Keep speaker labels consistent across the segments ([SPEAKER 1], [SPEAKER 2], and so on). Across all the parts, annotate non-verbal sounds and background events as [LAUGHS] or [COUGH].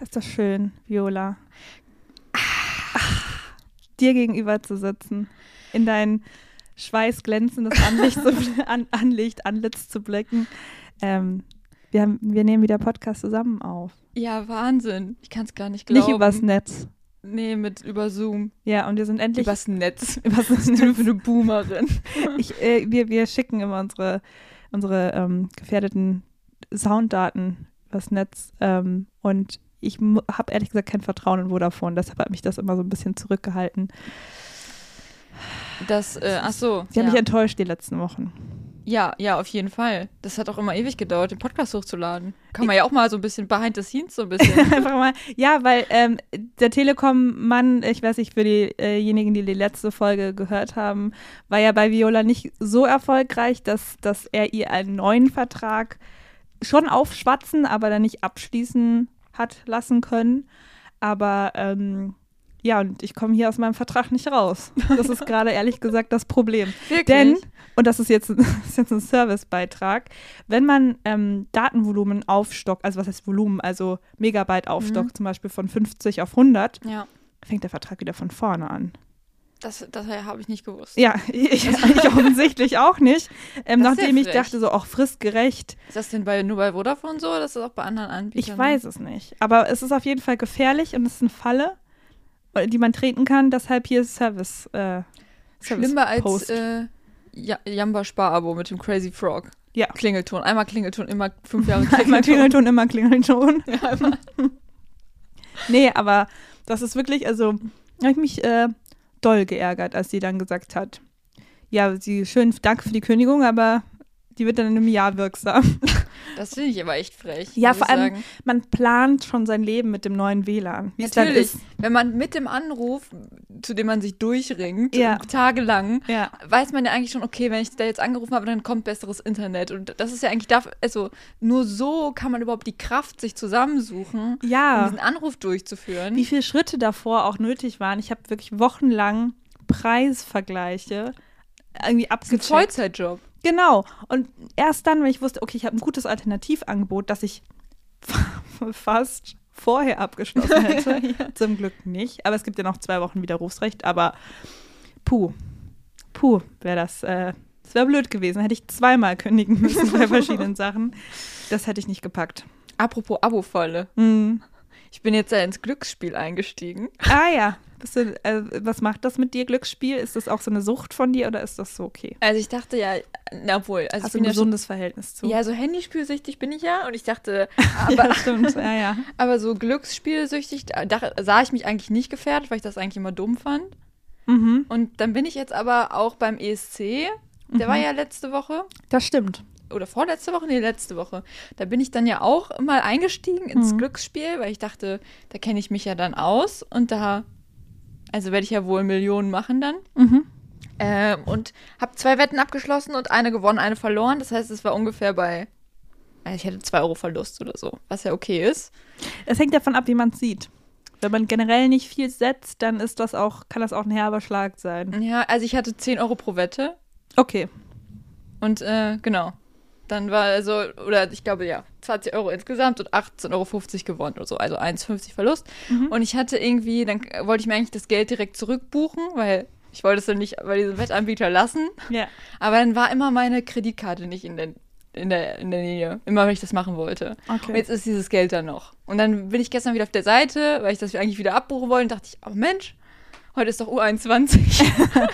[SPEAKER 1] Ist das schön, Viola. Dir gegenüber zu sitzen, in dein schweißglänzendes Anlicht, zu, bl- an, Anlicht Anlitz zu blicken. Ähm, wir, haben, wir nehmen wieder Podcast zusammen auf.
[SPEAKER 2] Ja, Wahnsinn. Ich kann es gar nicht glauben.
[SPEAKER 1] Nicht übers Netz.
[SPEAKER 2] Nee, mit über Zoom.
[SPEAKER 1] Ja, und wir sind endlich.
[SPEAKER 2] Übers Netz.
[SPEAKER 1] [LAUGHS] übers
[SPEAKER 2] Was bist du für eine Boomerin?
[SPEAKER 1] Ich, äh, wir, wir schicken immer unsere, unsere ähm, gefährdeten Sounddaten übers Netz. Ähm, und ich habe ehrlich gesagt kein Vertrauen in Vodafone, deshalb hat mich das immer so ein bisschen zurückgehalten.
[SPEAKER 2] Das, äh, ach so.
[SPEAKER 1] Sie
[SPEAKER 2] ja.
[SPEAKER 1] haben mich enttäuscht die letzten Wochen.
[SPEAKER 2] ja, ja, auf jeden Fall. Das hat auch immer ewig gedauert, den Podcast hochzuladen. Kann man ja auch mal so ein bisschen behind the scenes so ein
[SPEAKER 1] [LAUGHS]
[SPEAKER 2] bisschen.
[SPEAKER 1] Einfach mal, ja, weil ähm, der Telekom-Mann, ich weiß nicht, für diejenigen, die die letzte Folge gehört haben, war ja bei Viola nicht so erfolgreich, dass, dass er ihr einen neuen Vertrag schon aufschwatzen, aber dann nicht abschließen hat lassen können. Aber ähm, ja, und ich komme hier aus meinem Vertrag nicht raus. Das ist gerade ehrlich gesagt das Problem.
[SPEAKER 2] Wirklich?
[SPEAKER 1] Denn, und das ist jetzt, das ist jetzt ein [LAUGHS] Servicebeitrag, wenn man ähm, Datenvolumen aufstockt, also was heißt Volumen, also Megabyte
[SPEAKER 2] Mhm.
[SPEAKER 1] aufstockt, zum Beispiel von 50 auf 100,
[SPEAKER 2] Ja,
[SPEAKER 1] fängt der Vertrag wieder von vorne an.
[SPEAKER 2] das, das habe ich nicht gewusst.
[SPEAKER 1] Ja, [LAUGHS] ich, ich offensichtlich auch nicht. Ähm,
[SPEAKER 2] Das ist
[SPEAKER 1] nachdem
[SPEAKER 2] ja
[SPEAKER 1] ich
[SPEAKER 2] frech.
[SPEAKER 1] dachte, so auch fristgerecht,
[SPEAKER 2] Ist das denn bei, nur bei Vodafone so oder ist das auch bei anderen Anbietern?
[SPEAKER 1] ich weiß es nicht. Aber es ist auf jeden Fall gefährlich und es ist eine Falle, die man treten kann. Deshalb hier ist Service. Äh, Service
[SPEAKER 2] Schlimmer als
[SPEAKER 1] Post.
[SPEAKER 2] äh, ja Jamba Sparabo mit dem Crazy Frog.
[SPEAKER 1] Ja.
[SPEAKER 2] Klingelton. Einmal Klingelton, immer
[SPEAKER 1] [LAUGHS]
[SPEAKER 2] fünf Jahre
[SPEAKER 1] Einmal
[SPEAKER 2] Klingelton.
[SPEAKER 1] Klingelton, immer Klingelton.
[SPEAKER 2] Ja, einmal.
[SPEAKER 1] [LAUGHS] Nee, aber das ist wirklich, also, da habe ich mich äh, doll geärgert, als sie dann gesagt hat, ja, sie schön, Dank für die Kündigung, aber die wird dann in einem Jahr wirksam.
[SPEAKER 2] Das finde ich aber echt frech.
[SPEAKER 1] Ja,
[SPEAKER 2] muss
[SPEAKER 1] vor
[SPEAKER 2] ich
[SPEAKER 1] allem,
[SPEAKER 2] sagen.
[SPEAKER 1] Man plant schon sein Leben mit dem neuen WLAN. Wie es dann
[SPEAKER 2] Natürlich,
[SPEAKER 1] ist.
[SPEAKER 2] wenn man mit dem Anruf, zu dem man sich durchringt,
[SPEAKER 1] Ja.
[SPEAKER 2] tagelang,
[SPEAKER 1] Ja.
[SPEAKER 2] weiß man ja eigentlich schon, okay, wenn ich da jetzt angerufen habe, dann kommt besseres Internet. Und das ist ja eigentlich dafür, also nur so kann man überhaupt die Kraft sich zusammensuchen, um
[SPEAKER 1] Ja.
[SPEAKER 2] diesen Anruf durchzuführen.
[SPEAKER 1] Wie viele Schritte davor auch nötig waren. Ich habe wirklich wochenlang Preisvergleiche irgendwie
[SPEAKER 2] ein
[SPEAKER 1] abgecheckt.
[SPEAKER 2] Vollzeitjob.
[SPEAKER 1] Genau. Und erst dann, wenn ich wusste, okay, ich habe ein gutes Alternativangebot, das ich [LAUGHS] fast vorher
[SPEAKER 2] [LAUGHS]
[SPEAKER 1] abgeschlossen hätte. Zum Glück nicht. Aber es gibt ja noch zwei Wochen Widerrufsrecht. Aber puh, puh, wäre das, äh, das wäre blöd gewesen. Hätte ich zweimal kündigen müssen
[SPEAKER 2] [LAUGHS]
[SPEAKER 1] bei verschiedenen Sachen. Das hätte ich nicht gepackt.
[SPEAKER 2] Apropos Abo-Falle.
[SPEAKER 1] Hm.
[SPEAKER 2] Ich bin jetzt ja ins Glücksspiel eingestiegen.
[SPEAKER 1] Ah ja. Bist du, äh, was macht das mit dir, Glücksspiel? Ist das auch so eine Sucht von dir oder ist das so okay?
[SPEAKER 2] Also ich dachte ja, na wohl, also
[SPEAKER 1] Hast du ein
[SPEAKER 2] ich bin ja schon,
[SPEAKER 1] gesundes Verhältnis zu?
[SPEAKER 2] ja so Handyspielsüchtig bin ich ja und ich dachte,
[SPEAKER 1] [LAUGHS]
[SPEAKER 2] aber,
[SPEAKER 1] ja stimmt. Ja, ja.
[SPEAKER 2] aber so Glücksspielsüchtig, da, da sah ich mich eigentlich nicht gefährdet, weil ich das eigentlich immer dumm fand.
[SPEAKER 1] Mhm.
[SPEAKER 2] Und dann bin ich jetzt aber auch beim ESC, der war ja letzte Woche
[SPEAKER 1] Das stimmt.
[SPEAKER 2] oder vorletzte Woche, nee, letzte Woche. Da bin ich dann ja auch mal eingestiegen ins Glücksspiel, weil ich dachte, da kenne ich mich ja dann aus und da, also werde ich ja wohl Millionen machen dann.
[SPEAKER 1] Mhm.
[SPEAKER 2] Ähm, und habe zwei Wetten abgeschlossen und eine gewonnen, eine verloren. Das heißt, es war ungefähr bei, also ich hätte zwei Euro Verlust oder so, was ja okay ist.
[SPEAKER 1] Es hängt davon ab, wie man es sieht. Wenn man generell nicht viel setzt, dann ist das auch, kann das auch ein herber Schlag sein.
[SPEAKER 2] Ja, also ich hatte 10 Euro pro Wette
[SPEAKER 1] Okay.
[SPEAKER 2] und äh, genau. Dann war also, oder ich glaube ja, 20 Euro insgesamt und 18,50 Euro gewonnen oder so, also 1,50 Verlust. Und ich hatte irgendwie, dann wollte ich mir eigentlich das Geld direkt zurückbuchen, weil ich wollte es dann nicht bei diesem Wettanbieter lassen.
[SPEAKER 1] Ja.
[SPEAKER 2] Aber dann war immer meine Kreditkarte nicht in der, in der, in der Nähe, immer wenn ich das machen wollte.
[SPEAKER 1] Okay.
[SPEAKER 2] Und jetzt ist dieses Geld da noch. Und dann bin ich gestern wieder auf der Seite, weil ich das eigentlich wieder abbuchen wollte, und dachte ich, oh Mensch, heute ist doch U21,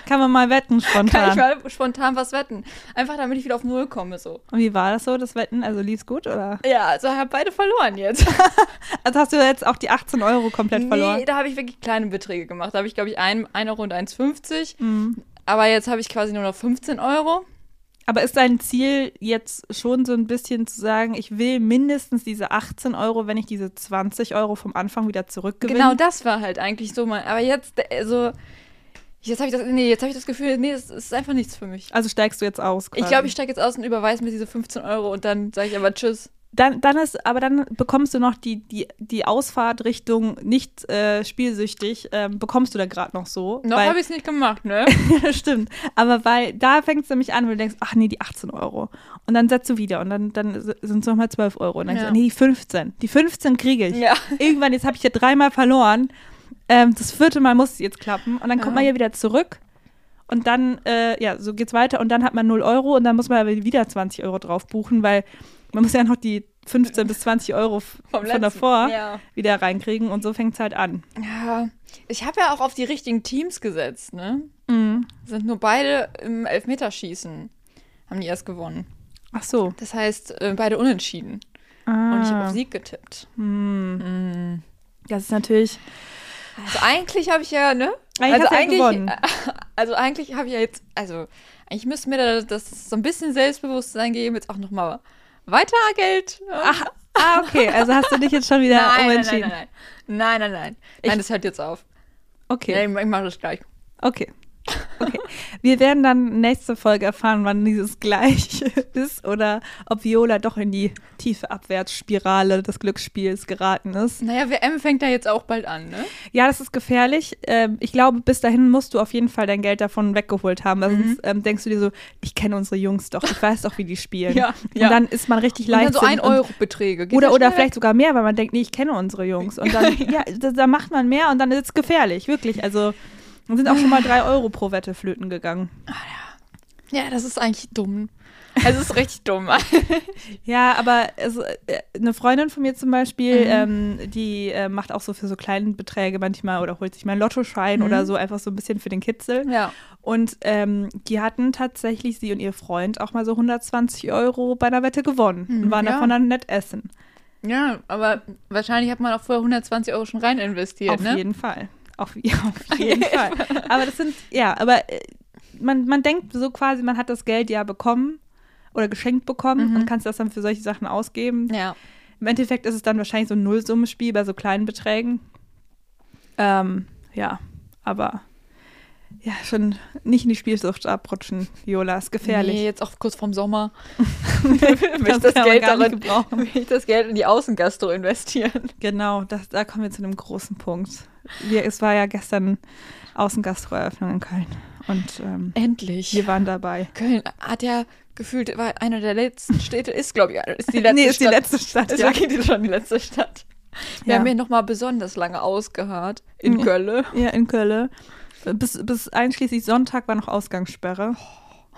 [SPEAKER 1] [LAUGHS] Kann man mal wetten
[SPEAKER 2] [LAUGHS] kann ich
[SPEAKER 1] spontan.
[SPEAKER 2] mal spontan was wetten. Einfach damit ich wieder auf Null komme, so.
[SPEAKER 1] Und wie war das so, das Wetten? Also lief's gut oder?
[SPEAKER 2] Ja, also ich habe beide verloren jetzt.
[SPEAKER 1] Also hast du jetzt auch die 18 Euro komplett verloren?
[SPEAKER 2] [LAUGHS] Nee, da habe ich wirklich kleine Beträge gemacht. Da habe ich, glaube ich, 1 Euro und 1,50.
[SPEAKER 1] Mhm.
[SPEAKER 2] Aber jetzt habe ich quasi nur noch 15 Euro.
[SPEAKER 1] Aber ist dein Ziel jetzt schon so ein bisschen zu sagen, ich will mindestens diese 18 Euro, wenn ich diese 20 Euro vom Anfang wieder zurückgewinne?
[SPEAKER 2] Genau das war halt eigentlich so mein. Aber jetzt, also, jetzt habe ich das, nee, jetzt habe ich das Gefühl, nee, das ist einfach nichts für mich.
[SPEAKER 1] Also steigst du jetzt aus? Quasi.
[SPEAKER 2] Ich glaube, ich steige jetzt aus und überweise mir diese 15 Euro und dann sage ich aber Tschüss.
[SPEAKER 1] Dann, dann ist, aber dann bekommst du noch die, die, die Ausfahrt Richtung nicht äh, spielsüchtig, ähm, bekommst du da gerade noch so.
[SPEAKER 2] Noch
[SPEAKER 1] weil-
[SPEAKER 2] habe ich es nicht gemacht, ne?
[SPEAKER 1] Ja, [LAUGHS] stimmt. Aber weil da fängt es nämlich an, wo du denkst, ach nee, die 18 Euro. Und dann setzt du wieder und dann, dann sind es nochmal 12 Euro. Und dann
[SPEAKER 2] Ja.
[SPEAKER 1] denkst du, nee, die 15. Die 15 kriege ich.
[SPEAKER 2] Ja.
[SPEAKER 1] Irgendwann, jetzt habe ich ja dreimal verloren. Ähm, das vierte Mal muss es jetzt klappen. Und dann kommt
[SPEAKER 2] Ja.
[SPEAKER 1] man ja wieder zurück. Und dann, äh, ja, so geht's weiter. Und dann hat man 0 Euro und dann muss man aber wieder 20 Euro drauf buchen, weil man muss ja noch die 15 bis 20 Euro f-
[SPEAKER 2] [LAUGHS] Vom
[SPEAKER 1] von
[SPEAKER 2] letzten.
[SPEAKER 1] davor
[SPEAKER 2] Ja.
[SPEAKER 1] wieder reinkriegen. Und so fängt es halt an.
[SPEAKER 2] ja. Ich habe ja auch auf die richtigen Teams gesetzt, ne?
[SPEAKER 1] Mhm.
[SPEAKER 2] Sind nur beide im Elfmeterschießen. Haben die erst gewonnen.
[SPEAKER 1] Ach so. Ah.
[SPEAKER 2] Das heißt, äh, beide unentschieden. Und ich habe auf Sieg getippt.
[SPEAKER 1] Das ist natürlich
[SPEAKER 2] Also eigentlich habe ich ja, ne?
[SPEAKER 1] Eigentlich
[SPEAKER 2] also,
[SPEAKER 1] hast du ja gewonnen.
[SPEAKER 2] [LAUGHS] also eigentlich habe ich ja jetzt, also eigentlich müsste mir da das so ein bisschen Selbstbewusstsein geben, jetzt auch nochmal weiter Geld. Ach,
[SPEAKER 1] Ah, okay. [LAUGHS] Also hast du dich jetzt schon wieder
[SPEAKER 2] nein, nein, nein,
[SPEAKER 1] umentschieden.
[SPEAKER 2] nein, nein. Nein, nein, nein.
[SPEAKER 1] Ich-
[SPEAKER 2] Nein, das hört jetzt auf.
[SPEAKER 1] Okay.
[SPEAKER 2] Nein, ich mache das gleich.
[SPEAKER 1] Okay. Okay. Wir werden dann nächste Folge erfahren, wann dieses Gleich [LAUGHS] ist oder ob Viola doch in die tiefe Abwärtsspirale des Glücksspiels geraten ist.
[SPEAKER 2] Naja, WM fängt da jetzt auch bald an, ne?
[SPEAKER 1] Ja, das ist gefährlich. Ähm, ich glaube, bis dahin musst du auf jeden Fall dein Geld davon weggeholt haben. Weil
[SPEAKER 2] Mhm.
[SPEAKER 1] sonst ähm, denkst du dir so, ich kenne unsere Jungs doch, ich weiß doch, wie die spielen.
[SPEAKER 2] [LAUGHS] Ja,
[SPEAKER 1] und
[SPEAKER 2] ja.
[SPEAKER 1] dann ist man richtig
[SPEAKER 2] Und
[SPEAKER 1] leicht.
[SPEAKER 2] dann so 1 Euro Beträge. Geht
[SPEAKER 1] Oder,
[SPEAKER 2] das
[SPEAKER 1] oder
[SPEAKER 2] schnell?
[SPEAKER 1] vielleicht sogar mehr, weil man denkt, nee, ich kenne unsere Jungs. Und
[SPEAKER 2] [LAUGHS]
[SPEAKER 1] dann, ja, da, da macht man mehr und dann ist es gefährlich, wirklich. Also dann sind auch schon mal drei Euro pro Wette flöten gegangen.
[SPEAKER 2] Ja, das ist eigentlich dumm. Also es ist richtig dumm. [LAUGHS]
[SPEAKER 1] Ja, aber es, äh, eine Freundin von mir zum
[SPEAKER 2] Mhm.
[SPEAKER 1] Beispiel, ähm, die äh, macht auch so für so kleine Beträge manchmal oder holt sich mal einen Lottoschein
[SPEAKER 2] Mhm.
[SPEAKER 1] oder so, einfach so ein bisschen für den Kitzel.
[SPEAKER 2] ja.
[SPEAKER 1] Und ähm, die hatten tatsächlich, sie und ihr Freund, auch mal so 120 Euro bei einer Wette gewonnen und waren
[SPEAKER 2] Mhm, ja.
[SPEAKER 1] davon dann nett essen.
[SPEAKER 2] Ja, aber wahrscheinlich hat man auch vorher 120 Euro schon rein investiert,
[SPEAKER 1] auf
[SPEAKER 2] ne?
[SPEAKER 1] jeden Fall. Auf, [LAUGHS] ja,
[SPEAKER 2] [LAUGHS]
[SPEAKER 1] auf jeden Fall. Aber das sind, ja, aber äh, man, man denkt so quasi, man hat das Geld ja bekommen oder geschenkt bekommen
[SPEAKER 2] Mhm.
[SPEAKER 1] und kannst das dann für solche Sachen ausgeben.
[SPEAKER 2] Ja.
[SPEAKER 1] Im Endeffekt ist es dann wahrscheinlich so ein Nullsummenspiel bei so kleinen Beträgen. Ähm, ja, aber ja, schon nicht in die Spielsucht abrutschen, Viola, ist gefährlich. [LAUGHS]
[SPEAKER 2] Nee, jetzt auch kurz vorm Sommer.
[SPEAKER 1] Möchte
[SPEAKER 2] das Geld darin-
[SPEAKER 1] gebrauchen.
[SPEAKER 2] Will ich das Geld in die Außengastro investieren?
[SPEAKER 1] Genau, das, da kommen wir zu einem großen Punkt. Wir, es war ja gestern Außengastroeröffnung in Köln und ähm,
[SPEAKER 2] Endlich.
[SPEAKER 1] wir waren dabei.
[SPEAKER 2] Köln hat ja gefühlt, war einer der letzten Städte, ist glaube ich, ist die letzte
[SPEAKER 1] nee, ist
[SPEAKER 2] Stadt.
[SPEAKER 1] die letzte Stadt.
[SPEAKER 2] Ist
[SPEAKER 1] ja.
[SPEAKER 2] wirklich die- schon die letzte Stadt. Wir
[SPEAKER 1] Ja.
[SPEAKER 2] haben hier nochmal besonders lange ausgeharrt in
[SPEAKER 1] Ja.
[SPEAKER 2] Köln.
[SPEAKER 1] ja, in Köln. Bis, bis einschließlich Sonntag war noch Ausgangssperre.
[SPEAKER 2] Oh.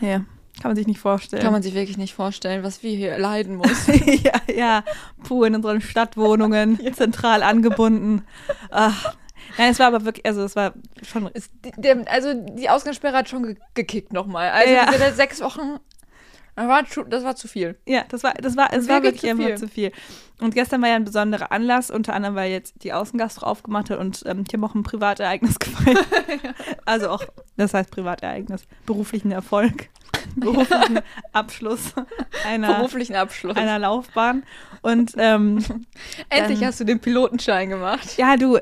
[SPEAKER 1] Ja, kann man sich nicht vorstellen.
[SPEAKER 2] Kann man sich wirklich nicht vorstellen, was wir hier
[SPEAKER 1] [LAUGHS]
[SPEAKER 2] leiden mussten.
[SPEAKER 1] ja, ja, puh, in unseren
[SPEAKER 2] [LAUGHS]
[SPEAKER 1] Stadtwohnungen, zentral angebunden. Ach. Nein, es war aber wirklich, also es war schon.
[SPEAKER 2] Es- die- dem- also die Ausgangssperre hat schon ge gekickt nochmal. Also
[SPEAKER 1] Ja.
[SPEAKER 2] wieder sechs Wochen, das war, zu- das war zu viel.
[SPEAKER 1] Ja, das war, das war, es war wirklich
[SPEAKER 2] Wirklich zu
[SPEAKER 1] einfach
[SPEAKER 2] viel.
[SPEAKER 1] zu viel. Und gestern war ja ein besonderer Anlass, unter anderem, weil jetzt die Außengastro aufgemacht hat und ähm, die haben auch ein Privatereignis [LAUGHS]
[SPEAKER 2] [LAUGHS]
[SPEAKER 1] gefeiert. Also auch, das heißt Privatereignis, beruflichen Erfolg, beruflichen
[SPEAKER 2] [LAUGHS]
[SPEAKER 1] Abschluss einer,
[SPEAKER 2] Beruflichen Abschluss.
[SPEAKER 1] einer Laufbahn. Und ähm,
[SPEAKER 2] Endlich
[SPEAKER 1] dann-
[SPEAKER 2] hast du den Pilotenschein gemacht.
[SPEAKER 1] Ja, du,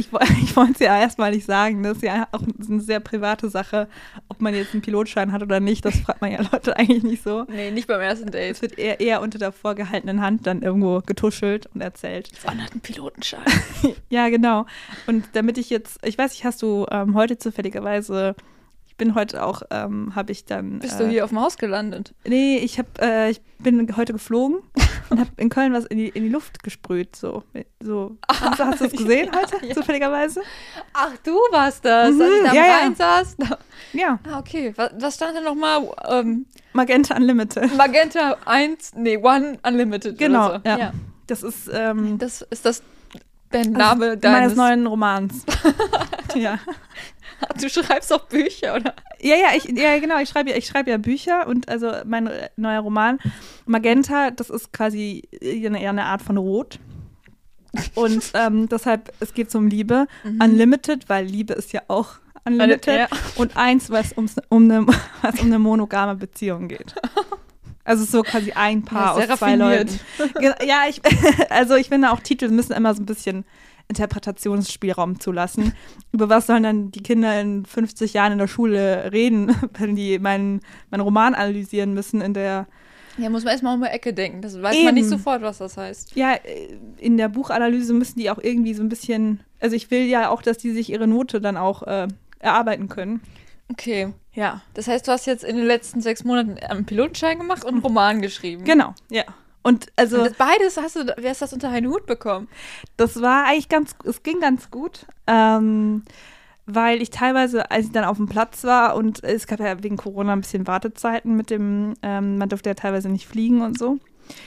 [SPEAKER 1] ich, woll- [LAUGHS] ich wollte es ja erstmal nicht sagen. Das ist ja auch eine sehr private Sache, ob man jetzt einen Pilotschein hat oder nicht. Das fragt man ja [LAUGHS] Leute eigentlich nicht so.
[SPEAKER 2] Nee, nicht beim ersten
[SPEAKER 1] Es
[SPEAKER 2] Date.
[SPEAKER 1] wird eher, eher unter der vorgehaltenen Hand dann irgendwo getuschelt und erzählt.
[SPEAKER 2] Wann hat ein Pilotenschein?
[SPEAKER 1] Ja, genau. Und damit ich jetzt, ich weiß nicht, hast du ähm, heute zufälligerweise, ich bin heute auch, ähm, habe ich dann.
[SPEAKER 2] [LAUGHS] Bist
[SPEAKER 1] äh,
[SPEAKER 2] du hier auf dem Haus gelandet?
[SPEAKER 1] Nee, ich, hab, äh, ich bin heute
[SPEAKER 2] [LAUGHS]
[SPEAKER 1] geflogen und habe in Köln was in die, in die Luft gesprüht. So. so.
[SPEAKER 2] [LAUGHS]
[SPEAKER 1] Hast, du- hast du es gesehen heute, zufälligerweise?
[SPEAKER 2] Ach, du warst das,
[SPEAKER 1] Mhm,
[SPEAKER 2] als ich da
[SPEAKER 1] ja, ja.
[SPEAKER 2] am Rhein [LAUGHS] saß.
[SPEAKER 1] Ja.
[SPEAKER 2] Ah, okay. Was, was stand da nochmal? Ähm,
[SPEAKER 1] Magenta Unlimited.
[SPEAKER 2] Magenta 1, nee, One Unlimited.
[SPEAKER 1] Genau,
[SPEAKER 2] Oder so.
[SPEAKER 1] ja. Das ist ähm,
[SPEAKER 2] Das ist das der Name
[SPEAKER 1] meines
[SPEAKER 2] deines.
[SPEAKER 1] neuen
[SPEAKER 2] [LAUGHS]
[SPEAKER 1] Romans. ja.
[SPEAKER 2] du schreibst auch Bücher, oder?
[SPEAKER 1] ja, ja, ich, ja, genau. Ich schreibe, ja- ich schreibe ja Bücher und also mein äh, neuer Roman Magenta, das ist quasi eher eine, eher eine Art von Rot.
[SPEAKER 2] [LAUGHS]
[SPEAKER 1] Und ähm, deshalb, es geht um Liebe. Unlimited, weil Liebe ist ja auch unlimited.
[SPEAKER 2] Mhm. Ja.
[SPEAKER 1] Und eins, was, ums, um eine, [LAUGHS] was um eine monogame Beziehung geht. Also so quasi ein Paar
[SPEAKER 2] Ja, sehr
[SPEAKER 1] aus zwei Leuten.
[SPEAKER 2] raffiniert.
[SPEAKER 1] Ge- Ja, ich, [LAUGHS] also ich finde auch Titel müssen immer so ein bisschen Interpretationsspielraum zulassen. Über was sollen dann die Kinder in [LAUGHS] 50 Jahren in der Schule reden, wenn die meinen, meinen Roman analysieren müssen in der
[SPEAKER 2] Ja, muss man erstmal um die Ecke denken. Das weiß
[SPEAKER 1] Eben.
[SPEAKER 2] man nicht sofort, was das heißt.
[SPEAKER 1] Ja, äh, in der Buchanalyse müssen die auch irgendwie so ein bisschen, also ich will ja auch, dass die sich ihre Note dann auch äh, erarbeiten können.
[SPEAKER 2] Okay.
[SPEAKER 1] Ja.
[SPEAKER 2] Das heißt, du hast jetzt in den letzten sechs Monaten einen Pilotenschein gemacht und einen Roman geschrieben.
[SPEAKER 1] Genau, ja. Und also
[SPEAKER 2] Und das beides hast du, wer hast das unter einen Hut bekommen?
[SPEAKER 1] das war eigentlich ganz, es ging ganz gut, ähm, weil ich teilweise, als ich dann auf dem Platz war und es gab ja wegen Corona ein bisschen Wartezeiten mit dem, ähm, man durfte ja teilweise nicht fliegen und so.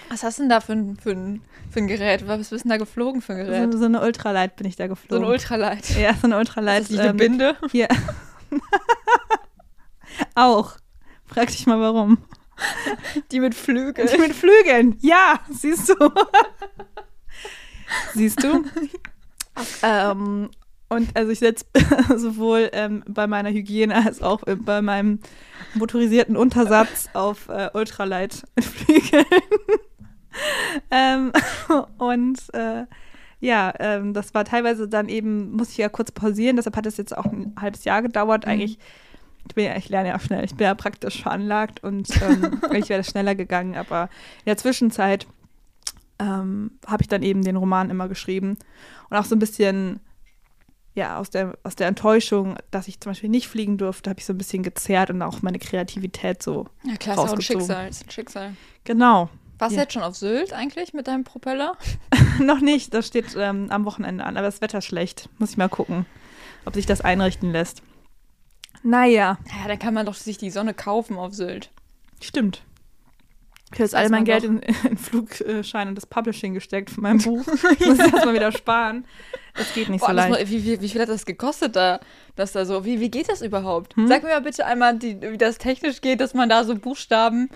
[SPEAKER 2] Was hast du denn da für ein, für ein, für ein Gerät? Was bist du denn da geflogen für ein Gerät?
[SPEAKER 1] So, so eine Ultralight bin ich da
[SPEAKER 2] So
[SPEAKER 1] geflogen.
[SPEAKER 2] ein Ultralight. ähm,
[SPEAKER 1] ja, so eine Ultralight. ähm,
[SPEAKER 2] Ist das nicht eine Binde?
[SPEAKER 1] Hier. [LAUGHS] Auch. Frag dich mal warum.
[SPEAKER 2] [LAUGHS] Die mit Flügeln.
[SPEAKER 1] Die mit Flügeln. Ja, siehst [LAUGHS] du. siehst du? ähm, und also ich setze [LAUGHS] sowohl ähm, bei meiner Hygiene als auch äh, bei meinem motorisierten Untersatz auf äh, Ultralight Flügeln. [LAUGHS] ähm, und äh, ja, ähm, das war teilweise dann eben, musste ich ja kurz pausieren, deshalb hat es jetzt auch ein halbes Jahr gedauert. Eigentlich, ich, bin ja, ich lerne ja auch schnell, ich bin ja praktisch veranlagt und ähm, ich wäre schneller gegangen, aber in der Zwischenzeit ähm, habe ich dann eben den Roman immer geschrieben und auch so ein bisschen, ja, aus der, aus der Enttäuschung, dass ich zum Beispiel nicht fliegen durfte, habe ich so ein bisschen gezerrt und auch meine Kreativität so.
[SPEAKER 2] [LAUGHS] Ja, klar, ist auch ein
[SPEAKER 1] Rausgezogen.
[SPEAKER 2] Schicksal. Ist ein Schicksal.
[SPEAKER 1] Genau. [LAUGHS]
[SPEAKER 2] Warst
[SPEAKER 1] Ja.
[SPEAKER 2] du jetzt schon auf Sylt eigentlich mit deinem Propeller?
[SPEAKER 1] Noch nicht, das steht ähm, am Wochenende an, aber das Wetter ist schlecht. Muss ich mal gucken, ob sich das einrichten lässt. Naja,
[SPEAKER 2] Naja, dann kann man doch sich die Sonne kaufen auf Sylt.
[SPEAKER 1] stimmt. Ich habe jetzt
[SPEAKER 2] Das
[SPEAKER 1] all
[SPEAKER 2] weiß
[SPEAKER 1] mein
[SPEAKER 2] man
[SPEAKER 1] Geld in, [LAUGHS] in Flugschein und das Publishing gesteckt von
[SPEAKER 2] [LAUGHS]
[SPEAKER 1] meinem Buch. Ich muss erstmal wieder sparen. Das geht nicht
[SPEAKER 2] Boah,
[SPEAKER 1] so
[SPEAKER 2] das
[SPEAKER 1] leicht.
[SPEAKER 2] muss, wie, wie, wie viel hat das gekostet da? Das da so, wie, wie geht das überhaupt? Sag mir mal bitte einmal, die, wie das technisch geht, dass man da so Buchstaben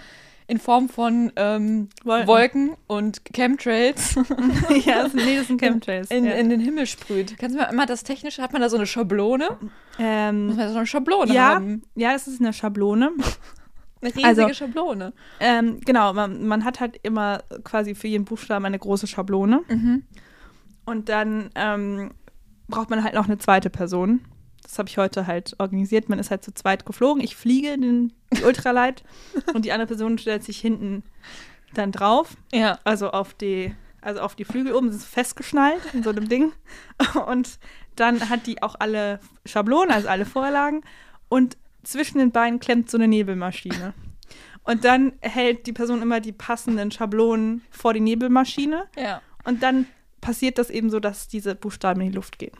[SPEAKER 2] in Form von ähm,
[SPEAKER 1] Wolken.
[SPEAKER 2] Wolken. und [LAUGHS] Chemtrails
[SPEAKER 1] [LAUGHS] ja, das, nee, das sind Chemtrails.
[SPEAKER 2] in,
[SPEAKER 1] ja.
[SPEAKER 2] in den Himmel sprüht. Kannst du mir einmal das technische, hat man da so eine Schablone? Muss
[SPEAKER 1] ähm,
[SPEAKER 2] man da so eine Schablone
[SPEAKER 1] ja,
[SPEAKER 2] haben?
[SPEAKER 1] ja, das ist eine Schablone.
[SPEAKER 2] Eine riesige
[SPEAKER 1] Also-
[SPEAKER 2] Schablone.
[SPEAKER 1] Ähm, genau, man, man hat halt immer quasi für jeden Buchstaben eine große Schablone. Und dann ähm, braucht man halt noch eine zweite Person. Das habe ich heute halt organisiert. Man ist halt zu zweit geflogen. Ich fliege den die Ultralight und die andere Person stellt sich hinten dann drauf,
[SPEAKER 2] Ja.
[SPEAKER 1] also auf die, also auf die Flügel oben, das ist festgeschnallt in so einem Ding. [LAUGHS] Und dann hat die auch alle Schablonen, also alle Vorlagen. Und zwischen den Beinen klemmt so eine Nebelmaschine. Und dann hält die Person immer die passenden Schablonen vor die Nebelmaschine.
[SPEAKER 2] Ja.
[SPEAKER 1] Und dann passiert das eben so, dass diese Buchstaben in die Luft gehen.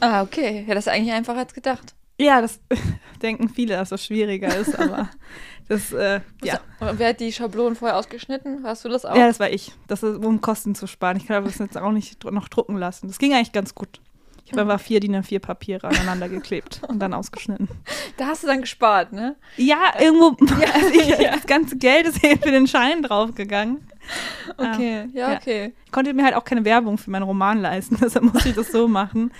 [SPEAKER 2] Ah, okay. Ja, das ist eigentlich einfacher als gedacht.
[SPEAKER 1] Ja, das [LAUGHS] denken viele, dass das schwieriger ist, aber das, äh, ja.
[SPEAKER 2] Also, Und wer hat die Schablonen vorher ausgeschnitten? Warst du das auch?
[SPEAKER 1] ja, das war ich. Das ist, um Kosten zu sparen. Ich kann das jetzt auch nicht dr- noch drucken lassen. Das ging eigentlich ganz gut. Ich habe einfach vier DIN A4 Papiere aneinander geklebt und dann ausgeschnitten.
[SPEAKER 2] Da hast du dann gespart, ne?
[SPEAKER 1] Ja, irgendwo,
[SPEAKER 2] [LAUGHS] Ja,
[SPEAKER 1] also ich,
[SPEAKER 2] ja.
[SPEAKER 1] das ganze Geld ist eben für den Schein draufgegangen.
[SPEAKER 2] Okay, ja,
[SPEAKER 1] ja.
[SPEAKER 2] okay.
[SPEAKER 1] Ich konnte mir halt auch keine Werbung für meinen Roman leisten, [LAUGHS] deshalb musste ich das so machen.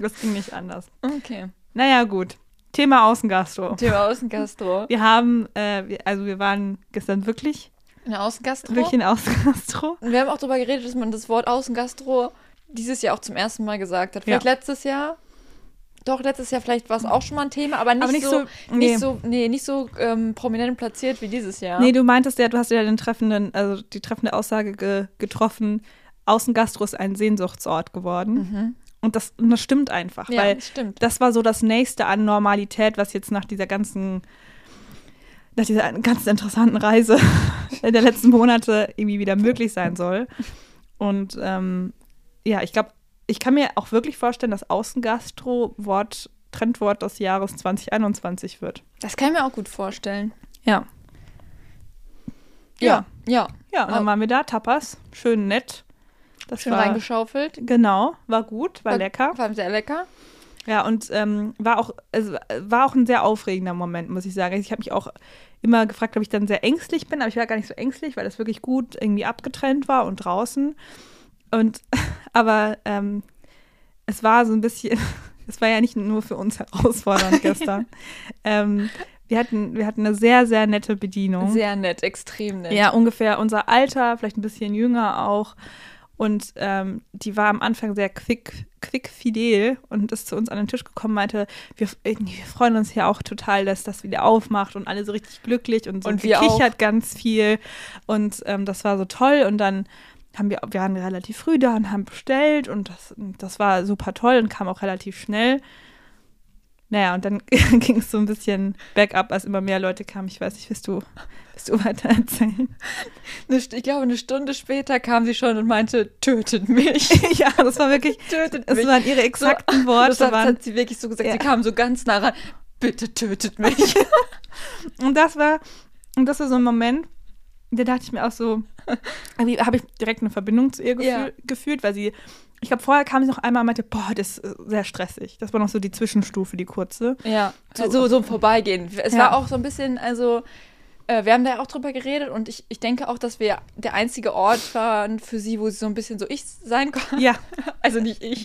[SPEAKER 1] Das ging nicht anders.
[SPEAKER 2] Okay.
[SPEAKER 1] Naja, gut. Thema Außengastro.
[SPEAKER 2] Thema Außengastro.
[SPEAKER 1] Wir haben, äh, wir- also wir waren gestern wirklich,
[SPEAKER 2] Eine Außengastro.
[SPEAKER 1] wirklich in Außengastro.
[SPEAKER 2] Und wir haben auch darüber geredet, dass man das Wort Außengastro dieses Jahr auch zum ersten Mal gesagt hat. Vielleicht
[SPEAKER 1] Ja.
[SPEAKER 2] letztes Jahr. Doch, letztes Jahr vielleicht war es auch schon mal ein Thema, aber nicht,
[SPEAKER 1] Aber nicht
[SPEAKER 2] so,
[SPEAKER 1] so- nee.
[SPEAKER 2] nicht so, nee, nicht so ähm, prominent platziert wie dieses Jahr.
[SPEAKER 1] Nee, du meintest ja, du hast ja den treffenden, also die treffende Aussage ge getroffen, Außengastro ist ein Sehnsuchtsort geworden. Und das, und das stimmt einfach,
[SPEAKER 2] Mhm. ja,
[SPEAKER 1] weil
[SPEAKER 2] das stimmt.
[SPEAKER 1] das war so das Nächste an Normalität, was jetzt nach dieser ganzen, nach dieser ganzen interessanten Reise [LAUGHS] der letzten Monate irgendwie wieder möglich sein soll. Und ähm, ja, ich glaube, ich kann mir auch wirklich vorstellen, dass Außengastro Wort, Trendwort des Jahres 2021 wird.
[SPEAKER 2] Das kann ich mir auch gut vorstellen.
[SPEAKER 1] Ja.
[SPEAKER 2] Ja,
[SPEAKER 1] Ja.
[SPEAKER 2] ja.
[SPEAKER 1] Ja, und dann waren wir da, Tapas, schön nett. Das
[SPEAKER 2] Schön
[SPEAKER 1] war,
[SPEAKER 2] reingeschaufelt.
[SPEAKER 1] Genau, war gut, war, lecker.
[SPEAKER 2] War sehr lecker.
[SPEAKER 1] Ja, und ähm, war, auch, also, äh, war auch ein sehr aufregender Moment, muss ich sagen. Also, Ich habe mich auch immer gefragt, ob ich dann sehr ängstlich bin, aber ich war gar nicht so ängstlich, weil das wirklich gut irgendwie abgetrennt war und draußen. Und [LAUGHS] aber ähm, es war so ein bisschen, [LAUGHS] es war ja nicht nur für uns [LAUGHS] herausfordernd gestern. ähm, wir, hatten, wir hatten eine sehr, sehr nette
[SPEAKER 2] Mhm.
[SPEAKER 1] Bedienung.
[SPEAKER 2] Sehr nett, extrem nett.
[SPEAKER 1] Ja, ungefähr unser Alter, vielleicht ein bisschen jünger auch. Und ähm, die war am Anfang sehr quick, quick fidel und ist zu uns an den Tisch gekommen, meinte, wir, irgendwie, wir freuen uns ja auch total, dass das wieder aufmacht und alle so richtig glücklich und so
[SPEAKER 2] Und wir
[SPEAKER 1] gekichert ganz viel. Und ähm, das war so toll. Und dann haben wir, wir waren relativ früh da und haben bestellt und das, das war super toll und kam auch relativ schnell. Naja, und dann [LAUGHS] ging es so ein bisschen back up, als immer mehr Leute kamen. Ich weiß nicht, willst du, willst du weiter erzählen? [LAUGHS]
[SPEAKER 2] Eine St- Ich glaube, eine Stunde später kam sie schon und meinte, tötet mich.
[SPEAKER 1] ja, das war wirklich,
[SPEAKER 2] [LAUGHS] Tötet
[SPEAKER 1] es
[SPEAKER 2] mich.
[SPEAKER 1] waren ihre exakten [LAUGHS]
[SPEAKER 2] das
[SPEAKER 1] Worte.
[SPEAKER 2] hat,
[SPEAKER 1] Waren,
[SPEAKER 2] hat sie wirklich so gesagt.
[SPEAKER 1] Ja.
[SPEAKER 2] Sie kam so ganz nah ran. Bitte tötet mich.
[SPEAKER 1] und das war, und das war so ein Moment, da dachte ich mir auch [LAUGHS] so, irgendwie habe ich direkt eine Verbindung zu ihr gefühl,
[SPEAKER 2] Ja.
[SPEAKER 1] gefühlt, weil sie, ich glaube, vorher kam sie noch einmal und meinte, boah, das ist äh, sehr stressig. Das war noch so die Zwischenstufe, die [LAUGHS] kurze.
[SPEAKER 2] [LAUGHS] Ja,
[SPEAKER 1] So-
[SPEAKER 2] so, so, im Vorbeigehen. Es
[SPEAKER 1] Ja.
[SPEAKER 2] war auch so ein bisschen, also, äh, wir haben da auch drüber geredet und ich, ich denke auch, dass wir der einzige Ort waren für sie, wo sie so ein bisschen so ich sein konnte. [LAUGHS]
[SPEAKER 1] Ja,
[SPEAKER 2] Also nicht [LAUGHS] ich,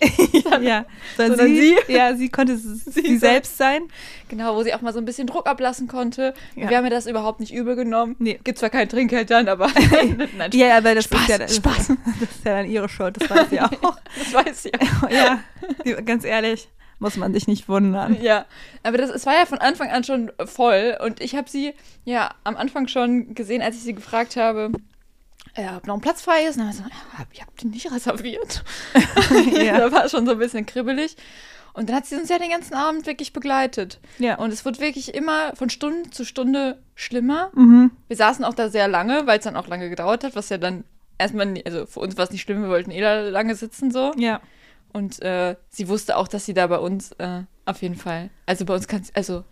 [SPEAKER 1] ja.
[SPEAKER 2] Sondern sie?
[SPEAKER 1] Ja, sie konnte s- [LAUGHS] sie,
[SPEAKER 2] sein.
[SPEAKER 1] selbst sein.
[SPEAKER 2] genau, wo sie auch mal so ein bisschen Druck ablassen konnte.
[SPEAKER 1] Ja.
[SPEAKER 2] Wir haben ihr das überhaupt nicht übel genommen.
[SPEAKER 1] Nee.
[SPEAKER 2] Gibt zwar kein Trinkgeld
[SPEAKER 1] [LAUGHS]
[SPEAKER 2] dann, aber [LAUGHS] nein,
[SPEAKER 1] Ja, aber das
[SPEAKER 2] Spaß,
[SPEAKER 1] ist ja, das, [LAUGHS]
[SPEAKER 2] Spaß.
[SPEAKER 1] das ist ja dann ihre Schuld, das weiß sie auch.
[SPEAKER 2] das weiß sie.
[SPEAKER 1] [LAUGHS] ja, die, ganz ehrlich, muss man sich nicht wundern.
[SPEAKER 2] Ja, aber das, es war ja von Anfang an schon voll und ich habe sie ja am Anfang schon gesehen, als ich sie gefragt habe, äh, ob noch ein Platz frei ist. Und dann war sie so, ja, hab- ich habe den nicht reserviert.
[SPEAKER 1] [LAUGHS] Ja.
[SPEAKER 2] [LAUGHS] da war schon so ein bisschen kribbelig. Und dann hat sie uns ja den ganzen Abend wirklich begleitet.
[SPEAKER 1] Ja.
[SPEAKER 2] Und es wird wirklich immer von Stunde zu Stunde schlimmer.
[SPEAKER 1] Mhm.
[SPEAKER 2] Wir saßen auch da sehr lange, weil es dann auch lange gedauert hat, was ja dann erstmal, nie- also für uns war es nicht schlimm, wir wollten eh da lange sitzen so.
[SPEAKER 1] Ja.
[SPEAKER 2] Und äh, sie wusste auch, dass sie da bei uns äh, auf jeden Fall, also bei uns kann, also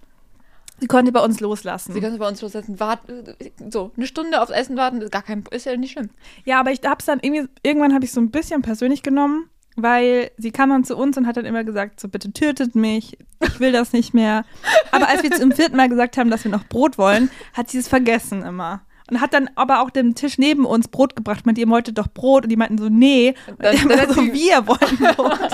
[SPEAKER 1] Sie konnte bei uns loslassen.
[SPEAKER 2] sie kann bei uns loslassen, warten, so eine Stunde aufs Essen warten, ist gar kein, ist ja nicht schlimm.
[SPEAKER 1] Ja, aber ich hab's dann irgendwie, irgendwann habe ich so ein bisschen persönlich genommen, weil sie kam dann zu uns und hat dann immer gesagt, so bitte tötet mich, ich will das nicht mehr. Aber als wir zum vierten Mal gesagt haben, dass wir noch Brot wollen, hat sie es vergessen immer. Und hat dann aber auch dem Tisch neben uns Brot gebracht, meinte, ihr wolltet doch Brot. Und die meinten so, nee. Und [LAUGHS]
[SPEAKER 2] Dann-
[SPEAKER 1] dann,
[SPEAKER 2] dann hat
[SPEAKER 1] so,
[SPEAKER 2] sie-
[SPEAKER 1] wir wollen Brot.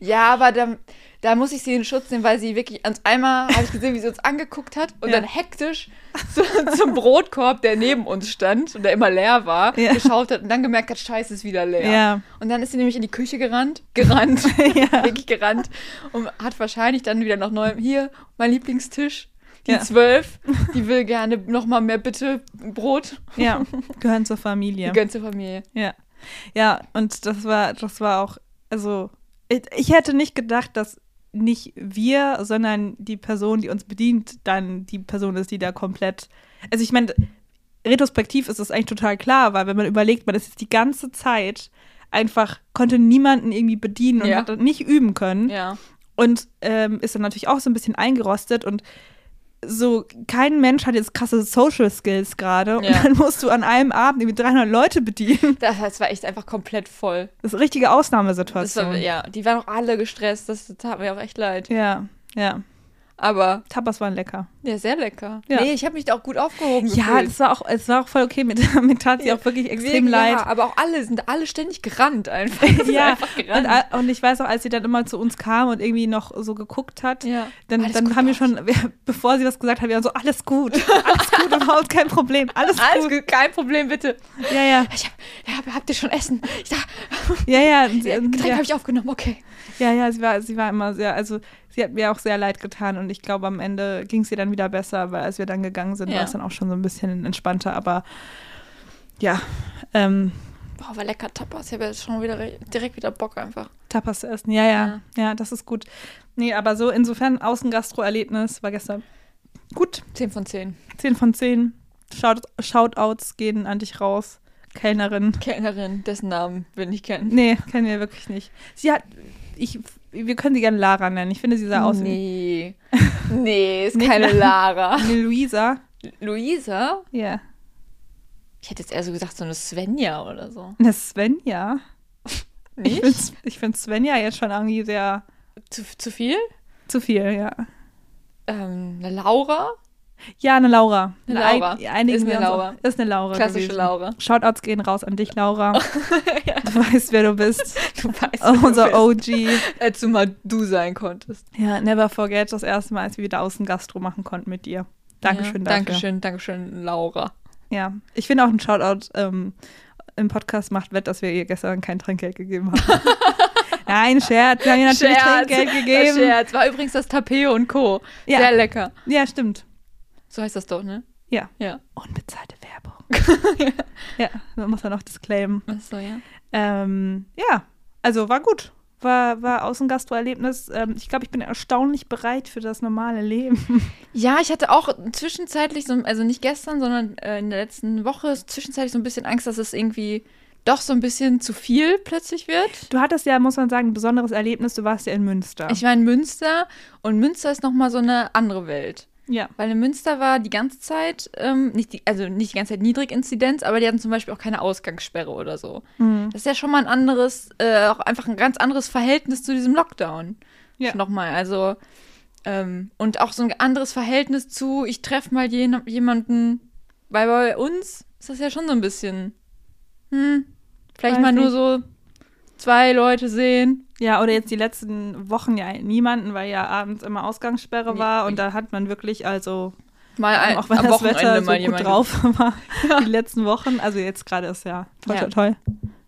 [SPEAKER 2] Ja, aber da, da muss ich sie in Schutz nehmen, weil sie wirklich, ans einmal habe ich gesehen, wie sie uns angeguckt hat und
[SPEAKER 1] Ja.
[SPEAKER 2] dann hektisch zu, [LAUGHS] zum Brotkorb, der neben uns stand und der immer leer war,
[SPEAKER 1] Ja.
[SPEAKER 2] geschaut hat und dann gemerkt hat, scheiße, ist wieder leer.
[SPEAKER 1] Ja.
[SPEAKER 2] Und dann ist sie nämlich in die Küche gerannt, gerannt,
[SPEAKER 1] [LAUGHS] Ja.
[SPEAKER 2] [LAUGHS] wirklich gerannt und hat wahrscheinlich dann wieder noch neu, hier, mein Lieblingstisch, die
[SPEAKER 1] Ja.
[SPEAKER 2] zwölf, die will gerne nochmal mehr bitte Brot.
[SPEAKER 1] ja, gehören zur Familie.
[SPEAKER 2] Die ganze Familie.
[SPEAKER 1] Ja. Ja, und das war, das war auch, also ich, ich hätte nicht gedacht, dass nicht wir, sondern die Person, die uns bedient, dann die Person ist, die da komplett. Also ich meine, retrospektiv ist das eigentlich total klar, weil wenn man überlegt, man ist jetzt die ganze Zeit einfach, konnte niemanden irgendwie bedienen und
[SPEAKER 2] Ja.
[SPEAKER 1] hat nicht üben können
[SPEAKER 2] Ja.
[SPEAKER 1] und ähm, ist dann natürlich auch so ein bisschen eingerostet und so, kein Mensch hat jetzt krasse Social Skills gerade und
[SPEAKER 2] Ja.
[SPEAKER 1] dann musst du an einem Abend irgendwie 300 Leute bedienen.
[SPEAKER 2] Das heißt, es war echt einfach komplett voll.
[SPEAKER 1] Das ist eine richtige
[SPEAKER 2] Das
[SPEAKER 1] Ausnahmesituation.
[SPEAKER 2] war, ja, die waren auch alle gestresst, das tat mir auch echt leid.
[SPEAKER 1] ja, ja.
[SPEAKER 2] Aber
[SPEAKER 1] Tapas waren lecker.
[SPEAKER 2] ja, sehr lecker.
[SPEAKER 1] Ja.
[SPEAKER 2] Nee, ich habe mich da auch gut aufgehoben.
[SPEAKER 1] Ja,
[SPEAKER 2] gefühlt.
[SPEAKER 1] es war auch, es war auch voll okay. Mit, [LAUGHS] mir tat sie auch wirklich extrem
[SPEAKER 2] Wir- Ja, [LAUGHS]
[SPEAKER 1] leid.
[SPEAKER 2] aber auch alle sind alle ständig
[SPEAKER 1] [LAUGHS]
[SPEAKER 2] gerannt einfach. Sind
[SPEAKER 1] Ja,
[SPEAKER 2] einfach
[SPEAKER 1] und,
[SPEAKER 2] gerannt.
[SPEAKER 1] a- und ich weiß auch, als sie dann immer zu uns kam und irgendwie noch so geguckt hat,
[SPEAKER 2] Ja.
[SPEAKER 1] dann,
[SPEAKER 2] Alles
[SPEAKER 1] dann
[SPEAKER 2] gut
[SPEAKER 1] haben wir
[SPEAKER 2] bei
[SPEAKER 1] schon, wir, [LAUGHS] bevor sie was gesagt hat, wir waren so, alles gut, alles
[SPEAKER 2] [LAUGHS]
[SPEAKER 1] gut, überhaupt kein Problem, alles,
[SPEAKER 2] Alles
[SPEAKER 1] gut.
[SPEAKER 2] gut, kein Problem, bitte.
[SPEAKER 1] Ja, ja,
[SPEAKER 2] Ich hab, ja, hab- habt ihr schon Essen? Ich [LAUGHS] dachte,
[SPEAKER 1] ja, ja, und sie,
[SPEAKER 2] Getränk
[SPEAKER 1] ja,
[SPEAKER 2] habe ich aufgenommen, okay.
[SPEAKER 1] ja, ja, sie war, sie war immer sehr, also sie hat mir auch sehr leid getan und ich glaube, am Ende ging es ihr dann wieder besser, weil als wir dann gegangen sind,
[SPEAKER 2] Ja.
[SPEAKER 1] war es dann auch schon so ein bisschen entspannter, aber ja, ähm,
[SPEAKER 2] Boah, war lecker Tapas. Ich habe jetzt schon wieder re- direkt wieder Bock einfach.
[SPEAKER 1] Tapas zu essen, ja, ja, ja, das ist gut. Nee, aber so insofern Außengastro-Erlebnis war gestern gut.
[SPEAKER 2] 10 von 10.
[SPEAKER 1] 10 von 10. Shout Shoutouts gehen an dich raus, Kellnerin.
[SPEAKER 2] Kellnerin, dessen Namen wir nicht kennen.
[SPEAKER 1] Nee, kennen wir wirklich nicht. Sie hat, ich, wir können sie gerne Lara nennen. Ich finde, sie sah aus wie [LAUGHS]
[SPEAKER 2] Nee. Nee, ist
[SPEAKER 1] Nee.
[SPEAKER 2] keine Lara.
[SPEAKER 1] eine Luisa.
[SPEAKER 2] Luisa?
[SPEAKER 1] Ja.
[SPEAKER 2] Ich hätte jetzt eher so gesagt, so eine Svenja oder so.
[SPEAKER 1] Eine Svenja. Ich
[SPEAKER 2] Nicht?
[SPEAKER 1] find- Ich finde Svenja jetzt schon irgendwie sehr
[SPEAKER 2] Zu, zu viel?
[SPEAKER 1] zu viel, ja.
[SPEAKER 2] Ähm, eine Laura?
[SPEAKER 1] Ja, eine Laura.
[SPEAKER 2] Eine
[SPEAKER 1] Ein-
[SPEAKER 2] Laura.
[SPEAKER 1] Einigen
[SPEAKER 2] Ist
[SPEAKER 1] wir
[SPEAKER 2] eine
[SPEAKER 1] uns-
[SPEAKER 2] Laura.
[SPEAKER 1] Ist eine Laura.
[SPEAKER 2] Klassische
[SPEAKER 1] gewesen.
[SPEAKER 2] Laura.
[SPEAKER 1] Shoutouts gehen raus an dich, Laura. Du weißt, wer du bist.
[SPEAKER 2] [LAUGHS] [LAUGHS] Du weißt, wer
[SPEAKER 1] Unser
[SPEAKER 2] du
[SPEAKER 1] OG.
[SPEAKER 2] bist, als du mal äh, du sein konntest.
[SPEAKER 1] Ja, never forget das erste Mal, als wir wieder Außengastro machen konnten mit dir. Dankeschön
[SPEAKER 2] ja.
[SPEAKER 1] dafür.
[SPEAKER 2] Dankeschön, Dankeschön, Laura.
[SPEAKER 1] Ja, ich finde auch ein Shoutout ähm, im Podcast macht, wett, dass wir ihr gestern kein Trinkgeld gegeben
[SPEAKER 2] [LAUGHS]
[SPEAKER 1] haben. Nein, Scherz, wir haben ihr natürlich
[SPEAKER 2] Scherz,
[SPEAKER 1] Trinkgeld
[SPEAKER 2] Das
[SPEAKER 1] gegeben.
[SPEAKER 2] Scherz. War übrigens das Tapeo und Co.
[SPEAKER 1] Ja.
[SPEAKER 2] Sehr lecker.
[SPEAKER 1] Ja, stimmt.
[SPEAKER 2] So heißt das doch, ne?
[SPEAKER 1] Ja.
[SPEAKER 2] Ja.
[SPEAKER 1] Unbezahlte Werbung.
[SPEAKER 2] [LAUGHS]
[SPEAKER 1] ja, man muss dann auch disclaimen.
[SPEAKER 2] Achso, ja.
[SPEAKER 1] Ähm, ja, also war gut. War, war Außengastro-Erlebnis. Ähm, ich glaube, ich bin erstaunlich bereit für das normale Leben.
[SPEAKER 2] [LAUGHS] Ja, ich hatte auch zwischenzeitlich, so, also nicht gestern, sondern äh, in der letzten Woche, zwischenzeitlich so ein bisschen Angst, dass es irgendwie doch so ein bisschen zu viel plötzlich wird.
[SPEAKER 1] Du hattest ja, muss man sagen, ein besonderes Erlebnis. Du warst ja in Münster.
[SPEAKER 2] Ich war in Münster und Münster ist nochmal so eine andere Welt.
[SPEAKER 1] ja.
[SPEAKER 2] Weil in Münster war die ganze Zeit, ähm, nicht die, also nicht die ganze Zeit Niedriginzidenz, aber die hatten zum Beispiel auch keine Ausgangssperre oder so. Das ist ja schon mal ein anderes, äh, auch einfach ein ganz anderes Verhältnis zu diesem Lockdown.
[SPEAKER 1] Ja.
[SPEAKER 2] Nochmal, also, ähm, und auch so ein anderes Verhältnis zu, ich treffe mal jen jemanden, weil bei uns ist das ja schon so ein bisschen, hm, vielleicht
[SPEAKER 1] Weiß
[SPEAKER 2] mal nur
[SPEAKER 1] nicht.
[SPEAKER 2] so zwei Leute sehen.
[SPEAKER 1] Ja, oder jetzt die letzten Wochen ja niemanden, weil ja abends immer Ausgangssperre
[SPEAKER 2] Nee.
[SPEAKER 1] war und da hat man wirklich, also
[SPEAKER 2] Mal ein,
[SPEAKER 1] auch wenn
[SPEAKER 2] Äh, am
[SPEAKER 1] das
[SPEAKER 2] Wochenende
[SPEAKER 1] Wetter so
[SPEAKER 2] mal
[SPEAKER 1] gut
[SPEAKER 2] jemanden.
[SPEAKER 1] drauf [LAUGHS] war,
[SPEAKER 2] [LAUGHS]
[SPEAKER 1] die letzten Wochen, also jetzt gerade ist ja toll,
[SPEAKER 2] Ja.
[SPEAKER 1] toll, toll,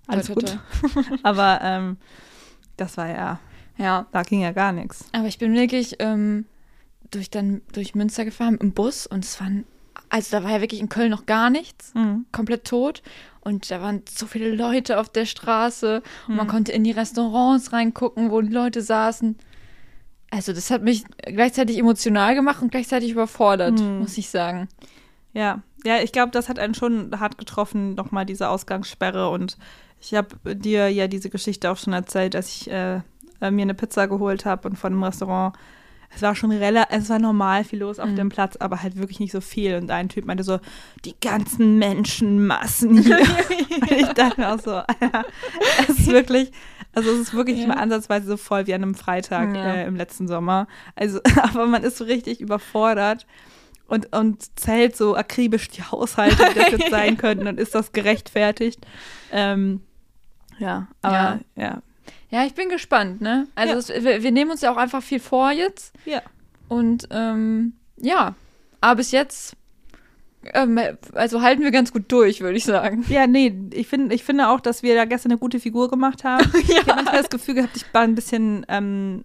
[SPEAKER 1] alles
[SPEAKER 2] toi,
[SPEAKER 1] gut. [LAUGHS] Aber ähm, das war ja,
[SPEAKER 2] Ja,
[SPEAKER 1] da ging ja gar nichts.
[SPEAKER 2] Aber ich bin wirklich ähm, durch, dann, durch Münster gefahren im Bus und es waren, also da war ja wirklich in Köln noch gar nichts,
[SPEAKER 1] Mhm.
[SPEAKER 2] komplett tot. Und da waren so viele Leute auf der Straße und man konnte in die Restaurants reingucken, wo die Leute saßen. Also das hat mich gleichzeitig emotional gemacht und gleichzeitig überfordert,
[SPEAKER 1] Mhm.
[SPEAKER 2] muss ich sagen.
[SPEAKER 1] Ja, ja, ich glaube, das hat einen schon hart getroffen, nochmal diese Ausgangssperre. Und ich habe dir ja diese Geschichte auch schon erzählt, als ich äh, äh, mir eine Pizza geholt habe und von einem Restaurant. Es war schon relativ, es war normal viel los auf dem Platz, aber halt wirklich nicht so viel. Und ein Typ meinte so, die ganzen Menschenmassen hier. Und ich dachte mir auch so, Alter, es ist wirklich, also es ist wirklich nicht mal ansatzweise so voll wie an einem Freitag
[SPEAKER 2] Ja.
[SPEAKER 1] äh, im letzten Sommer. Also, [LAUGHS] aber man ist so richtig überfordert und, und zählt so akribisch die Haushalte, die das
[SPEAKER 2] [LAUGHS]
[SPEAKER 1] jetzt sein könnten und ist das gerechtfertigt. Ähm, ja, aber ja.
[SPEAKER 2] Ja, ich bin gespannt, ne? Also
[SPEAKER 1] Ja.
[SPEAKER 2] es, wir, wir nehmen uns ja auch einfach viel vor jetzt.
[SPEAKER 1] Ja.
[SPEAKER 2] Und ähm, ja, aber bis jetzt, ähm, also halten wir ganz gut durch, würde ich sagen.
[SPEAKER 1] Ja, nee, ich, find, ich finde auch, dass wir da gestern eine gute Figur gemacht
[SPEAKER 2] [LAUGHS]
[SPEAKER 1] haben. Ich habe manchmal das Gefühl gehabt, ich war ein bisschen ähm,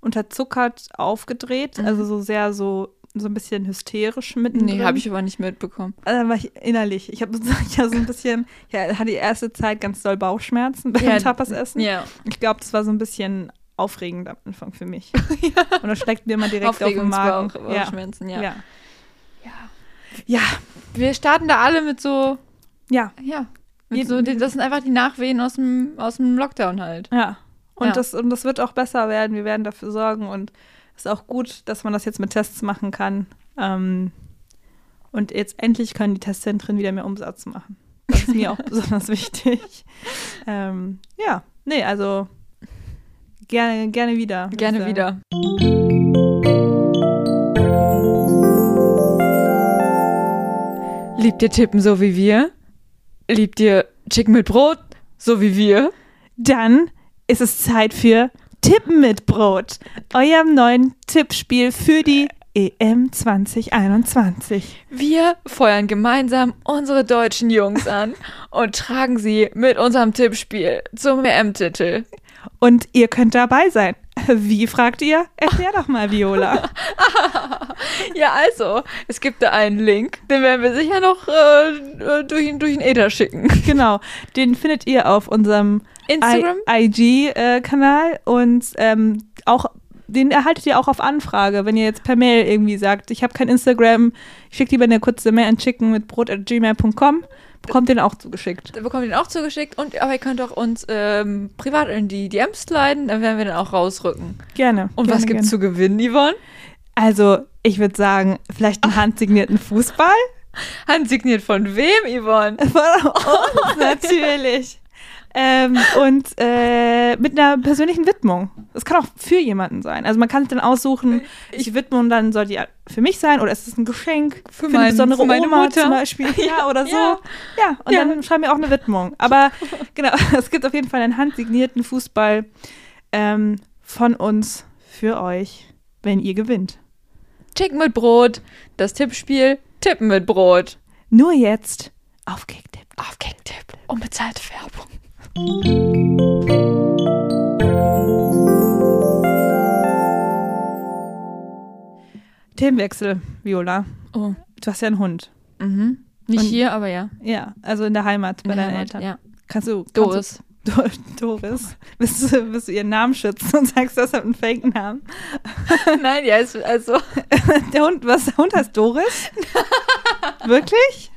[SPEAKER 1] unterzuckert aufgedreht, also so sehr so, so ein bisschen hysterisch mitten.
[SPEAKER 2] Mhm. Nee, habe ich aber nicht mitbekommen.
[SPEAKER 1] Also dann war ich innerlich. Ich habe ich hab [LAUGHS] so ein bisschen, ich hatte die erste Zeit ganz doll Bauchschmerzen beim
[SPEAKER 2] Ja,
[SPEAKER 1] Tapas-Essen.
[SPEAKER 2] Ja,
[SPEAKER 1] Ich glaube, das war so ein bisschen aufregend am Anfang für
[SPEAKER 2] [LAUGHS]
[SPEAKER 1] mich. Und das schlägt mir immer direkt auf den Magen.
[SPEAKER 2] Aufregungsbauch, Bauchschmerzen, ja.
[SPEAKER 1] Ja.
[SPEAKER 2] Ja.
[SPEAKER 1] Ja. ja,
[SPEAKER 2] Wir starten da alle mit so,
[SPEAKER 1] ja,
[SPEAKER 2] ja, mit
[SPEAKER 1] Wir-
[SPEAKER 2] so, den- das sind einfach die Nachwehen aus dem, aus dem Lockdown halt.
[SPEAKER 1] ja. Und,
[SPEAKER 2] Ja.
[SPEAKER 1] Das, und das wird auch besser werden. Wir werden dafür sorgen. Und es ist auch gut, dass man das jetzt mit Tests machen kann. Ähm, und jetzt endlich können die Testzentren wieder mehr Umsatz machen. Das ist
[SPEAKER 2] [LAUGHS]
[SPEAKER 1] mir auch besonders wichtig. Ähm, ja, nee, also gerne, gerne wieder. würd ich
[SPEAKER 2] Gerne
[SPEAKER 1] sagen.
[SPEAKER 2] wieder. Liebt ihr Tippen so wie wir? Liebt ihr Chicken mit Brot so wie wir?
[SPEAKER 1] Dann ist es Zeit für Tippen mit Brot, eurem neuen Tippspiel für die E EM 2021.
[SPEAKER 2] Wir feuern gemeinsam unsere deutschen Jungs an und tragen sie mit unserem Tippspiel zum WM-Titel.
[SPEAKER 1] Und ihr könnt dabei sein. Wie fragt ihr? Erklär doch mal,
[SPEAKER 2] [LAUGHS]
[SPEAKER 1] Viola.
[SPEAKER 2] Ja, also, es gibt da einen Link, den werden wir sicher noch äh, durch, durch den Äther schicken.
[SPEAKER 1] genau, den findet ihr auf unserem
[SPEAKER 2] Instagram?
[SPEAKER 1] IG-Kanal äh, und ähm, auch den erhaltet ihr auch auf Anfrage, wenn ihr jetzt per Mail irgendwie sagt, ich habe kein Instagram, ich schicke lieber eine kurze Mail an chicken mit brot.gmail.com, bekommt den auch zugeschickt.
[SPEAKER 2] Da bekommt ihr den auch zugeschickt. Und, aber ihr könnt auch uns ähm, privat in die DMs sliden, dann werden wir den auch rausrücken.
[SPEAKER 1] Gerne.
[SPEAKER 2] Und was
[SPEAKER 1] gerne, gerne.
[SPEAKER 2] gibt's zu gewinnen, Yvonne?
[SPEAKER 1] Also, ich würde sagen, vielleicht einen handsignierten
[SPEAKER 2] [LAUGHS]
[SPEAKER 1] Fußball?
[SPEAKER 2] Handsigniert von wem, Yvonne?
[SPEAKER 1] Von uns [LAUGHS] natürlich. Ähm, und äh, mit einer persönlichen Widmung. Das kann auch für jemanden sein. Also man kann es dann
[SPEAKER 2] Äh,
[SPEAKER 1] aussuchen, ich widme dann soll die für mich sein oder ist es ein Geschenk
[SPEAKER 2] Für
[SPEAKER 1] eine
[SPEAKER 2] meinen-
[SPEAKER 1] besondere
[SPEAKER 2] für meine
[SPEAKER 1] Oma
[SPEAKER 2] Mutter.
[SPEAKER 1] zum Beispiel. Ja, oder so.
[SPEAKER 2] [LAUGHS] ja.
[SPEAKER 1] Ja, und
[SPEAKER 2] Ja.
[SPEAKER 1] dann schreiben wir auch eine Widmung.
[SPEAKER 2] [LAUGHS]
[SPEAKER 1] Aber genau, [LAUGHS] es gibt auf jeden Fall einen handsignierten Fußball ähm, von uns für euch, wenn ihr gewinnt.
[SPEAKER 2] Chicken mit Brot, das Tippspiel Tippen mit Brot.
[SPEAKER 1] Nur jetzt auf Kicktipp.
[SPEAKER 2] Auf Gegentipp. Unbezahlte Werbung.
[SPEAKER 1] Themenwechsel, Viola.
[SPEAKER 2] Oh.
[SPEAKER 1] Du hast ja einen Hund.
[SPEAKER 2] Mhm. Nicht
[SPEAKER 1] Und-
[SPEAKER 2] hier, aber ja.
[SPEAKER 1] Ja, also in der Heimat bei
[SPEAKER 2] In der
[SPEAKER 1] deinen
[SPEAKER 2] Heimat,
[SPEAKER 1] Eltern.
[SPEAKER 2] Ja.
[SPEAKER 1] Kannst du. Kannst du-
[SPEAKER 2] Doris.
[SPEAKER 1] Dor- [LAUGHS] Doris, willst du, willst du ihren Namen schützen und sagst, das hat einen Fake-Namen?
[SPEAKER 2] [LAUGHS] Nein, ja, ist also.
[SPEAKER 1] Der Hund, was, der Hund heißt
[SPEAKER 2] [LAUGHS]
[SPEAKER 1] Doris? Wirklich?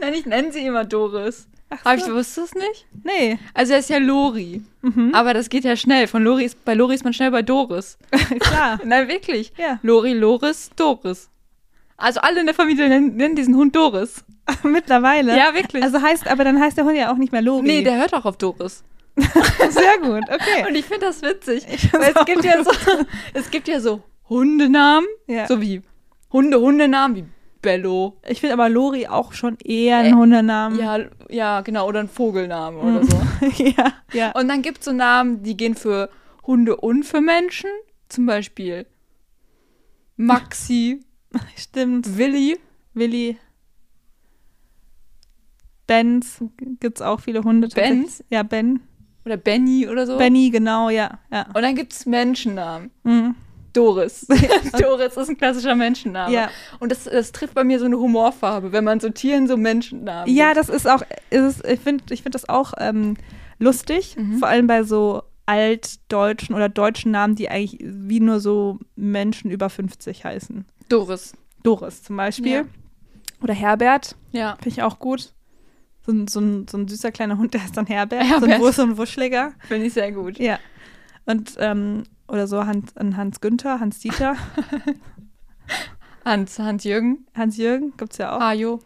[SPEAKER 2] Nein, ich nenne sie immer Doris.
[SPEAKER 1] Ach
[SPEAKER 2] Hab ich
[SPEAKER 1] so.
[SPEAKER 2] wusste es nicht?
[SPEAKER 1] Nee.
[SPEAKER 2] Also er ist ja Lori.
[SPEAKER 1] Mhm.
[SPEAKER 2] Aber das geht ja schnell. Von Lori ist, bei Lori ist man schnell bei Doris.
[SPEAKER 1] Klar.
[SPEAKER 2] Nein, wirklich.
[SPEAKER 1] Ja,
[SPEAKER 2] Lori, Loris, Doris. Also alle in der Familie nennen, nennen diesen Hund Doris.
[SPEAKER 1] mittlerweile.
[SPEAKER 2] Ja, wirklich.
[SPEAKER 1] Also heißt, aber dann heißt der Hund ja auch nicht mehr Lori.
[SPEAKER 2] nee, der hört auch auf Doris.
[SPEAKER 1] [LAUGHS] sehr gut, okay.
[SPEAKER 2] Und ich finde das witzig.
[SPEAKER 1] Ich
[SPEAKER 2] Weil
[SPEAKER 1] find's
[SPEAKER 2] es gibt
[SPEAKER 1] auch
[SPEAKER 2] ja so, [LAUGHS] es gibt ja so Hundenamen,
[SPEAKER 1] Ja.
[SPEAKER 2] so wie Hunde, Hundenamen wie Bello.
[SPEAKER 1] Ich finde aber Lori auch schon eher
[SPEAKER 2] Äh,
[SPEAKER 1] einen Hundenamen.
[SPEAKER 2] Ja, ja, genau, oder ein Vogelname oder so.
[SPEAKER 1] [LAUGHS] ja, ja.
[SPEAKER 2] Und dann gibt es so Namen, die gehen für Hunde und für Menschen. Zum Beispiel Maxi,
[SPEAKER 1] Stimmt.
[SPEAKER 2] Willi.
[SPEAKER 1] Willi. Benz. Gibt's auch viele Hunde. tatsächlich.
[SPEAKER 2] Benz?
[SPEAKER 1] Ja, Ben.
[SPEAKER 2] oder Benny oder so.
[SPEAKER 1] Benny, genau, ja. ja.
[SPEAKER 2] Und dann gibt es Menschennamen.
[SPEAKER 1] Mhm. [LAUGHS]
[SPEAKER 2] Doris. [LAUGHS] Doris ist ein klassischer Menschenname.
[SPEAKER 1] Ja.
[SPEAKER 2] Und das, das trifft bei mir so eine Humorfarbe, wenn man so Tieren so Menschennamen
[SPEAKER 1] Ja,
[SPEAKER 2] gibt.
[SPEAKER 1] das ist auch, es ist, ich finde ich find das auch ähm, lustig,
[SPEAKER 2] Mhm.
[SPEAKER 1] vor allem bei so altdeutschen oder deutschen Namen, die eigentlich wie nur so Menschen über 50 heißen.
[SPEAKER 2] Doris.
[SPEAKER 1] Doris zum Beispiel.
[SPEAKER 2] Ja.
[SPEAKER 1] Oder Herbert,
[SPEAKER 2] Ja.
[SPEAKER 1] finde ich auch gut. So, ein- so, ein, so ein süßer kleiner Hund, der heißt dann Herbert. So ein,
[SPEAKER 2] Herbert.
[SPEAKER 1] Wus- so ein Wuschliger.
[SPEAKER 2] Finde ich sehr gut.
[SPEAKER 1] Ja. Und, ähm, oder so Hans, ein Hans Günther, Hans Dieter,
[SPEAKER 2] Hans, Hans-Jürgen.
[SPEAKER 1] Hans Jürgen, gibt's ja auch.
[SPEAKER 2] Ajo.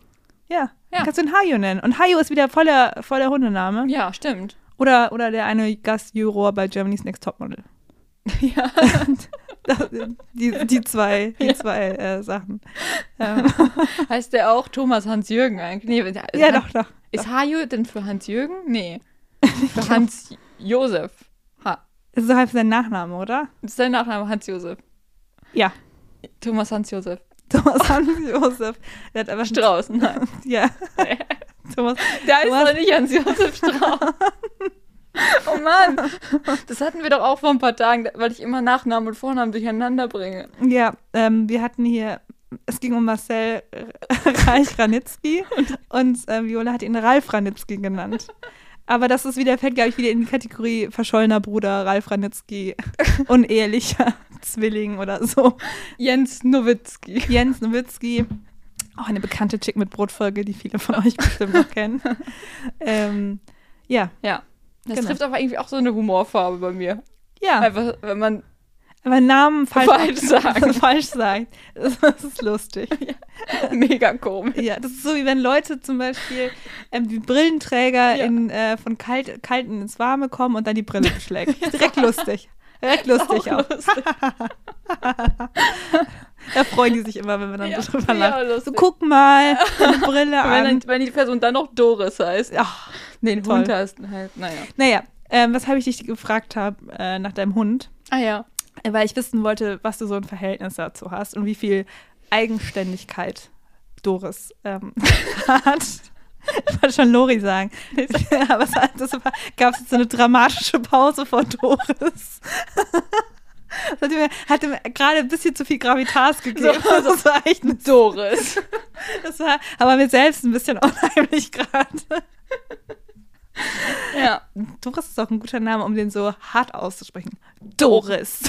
[SPEAKER 1] Ja.
[SPEAKER 2] Ah. Ja.
[SPEAKER 1] Kannst du ihn Hajo nennen. Und Hajo ist wieder voller, voller Hundename.
[SPEAKER 2] Ja, stimmt. [LAUGHS]
[SPEAKER 1] Oder, oder der eine Gastjuror bei Germany's Next Topmodel. [LAUGHS]
[SPEAKER 2] Ja.
[SPEAKER 1] Das- die, die zwei, die zwei äh, Sachen. Ähm,
[SPEAKER 2] Heißt der auch Thomas Hans-Jürgen eigentlich? Nee, ist
[SPEAKER 1] ja,
[SPEAKER 2] Han-
[SPEAKER 1] doch, doch.
[SPEAKER 2] Ist Hajo denn für Hans-Jürgen? Nee. Für Hans-Josef. Ha.
[SPEAKER 1] Das ist doch einfach sein Nachname, oder?
[SPEAKER 2] Ist dein Nachname Hans-Josef?
[SPEAKER 1] Ja.
[SPEAKER 2] Thomas Hans-Josef.
[SPEAKER 1] Thomas Hans Josef. Der hat aber
[SPEAKER 2] Strauß, [LAUGHS] nein.
[SPEAKER 1] Ja. Thomas.
[SPEAKER 2] Der heißt
[SPEAKER 1] Thomas-
[SPEAKER 2] doch nicht Hans-Josef Strauß. Oh Mann, das hatten wir doch auch vor ein paar Tagen, weil ich immer Nachnamen und Vornamen durcheinander bringe.
[SPEAKER 1] Ja, ähm, wir hatten hier, es ging um Marcel Reich-Ranitzky und äh, Viola hat ihn Ralf Ranitzky genannt. Aber das ist wieder, fällt, glaube ich, wieder in die Kategorie verschollener Bruder, Ralf
[SPEAKER 2] [LAUGHS]
[SPEAKER 1] Ranitzky, unehelicher Zwilling oder so.
[SPEAKER 2] Jens Nowitzki.
[SPEAKER 1] Jens Nowitzki, auch eine bekannte Chick mit Brotfolge, die viele von euch bestimmt noch kennen. Ähm, ja,
[SPEAKER 2] Ja. Das
[SPEAKER 1] Genau.
[SPEAKER 2] trifft aber irgendwie auch so eine Humorfarbe bei mir.
[SPEAKER 1] ja,
[SPEAKER 2] Einfach, wenn man
[SPEAKER 1] aber Namen falsch,
[SPEAKER 2] Äh, Falsch
[SPEAKER 1] [LAUGHS]
[SPEAKER 2] sagen.
[SPEAKER 1] falsch sagen. Das ist lustig.
[SPEAKER 2] mega komisch.
[SPEAKER 1] Ja, das ist so, wie wenn Leute zum Beispiel ähm, die Brillenträger
[SPEAKER 2] Ja.
[SPEAKER 1] in, äh, von kalt, Kalten ins Warme kommen und dann die Brille
[SPEAKER 2] [LAUGHS]
[SPEAKER 1] beschlägt. Direkt lustig. Direkt lustig auch.
[SPEAKER 2] lustig.
[SPEAKER 1] [LAUGHS] Da freuen die sich immer, wenn wir dann
[SPEAKER 2] Ja,
[SPEAKER 1] so drüber
[SPEAKER 2] ja,
[SPEAKER 1] lachen. so,
[SPEAKER 2] lustig.
[SPEAKER 1] guck mal, eine Brille
[SPEAKER 2] Wenn,
[SPEAKER 1] an.
[SPEAKER 2] dann, wenn die Person dann noch Doris heißt.
[SPEAKER 1] Ach,
[SPEAKER 2] Nee, den
[SPEAKER 1] Ähm. Toll.
[SPEAKER 2] Hund heißt halt, naja.
[SPEAKER 1] naja, ähm, was habe ich dich gefragt hab, äh, nach deinem Hund?
[SPEAKER 2] Ah ja.
[SPEAKER 1] Äh, Weil ich wissen wollte, was du so ein Verhältnis dazu hast und wie viel Eigenständigkeit Doris ähm, [LAUGHS] hat. Ich wollte schon Lori sagen. [LAUGHS] Aber es hat- das gab es jetzt so eine dramatische Pause vor Doris. [LAUGHS] Das hatte mir, hatte mir gerade ein bisschen zu viel Gravitas gegeben. Das war echt ein
[SPEAKER 2] Doris.
[SPEAKER 1] das war aber mir selbst ein bisschen unheimlich gerade.
[SPEAKER 2] ja.
[SPEAKER 1] Doris ist auch ein guter Name, um den so hart auszusprechen. Doris.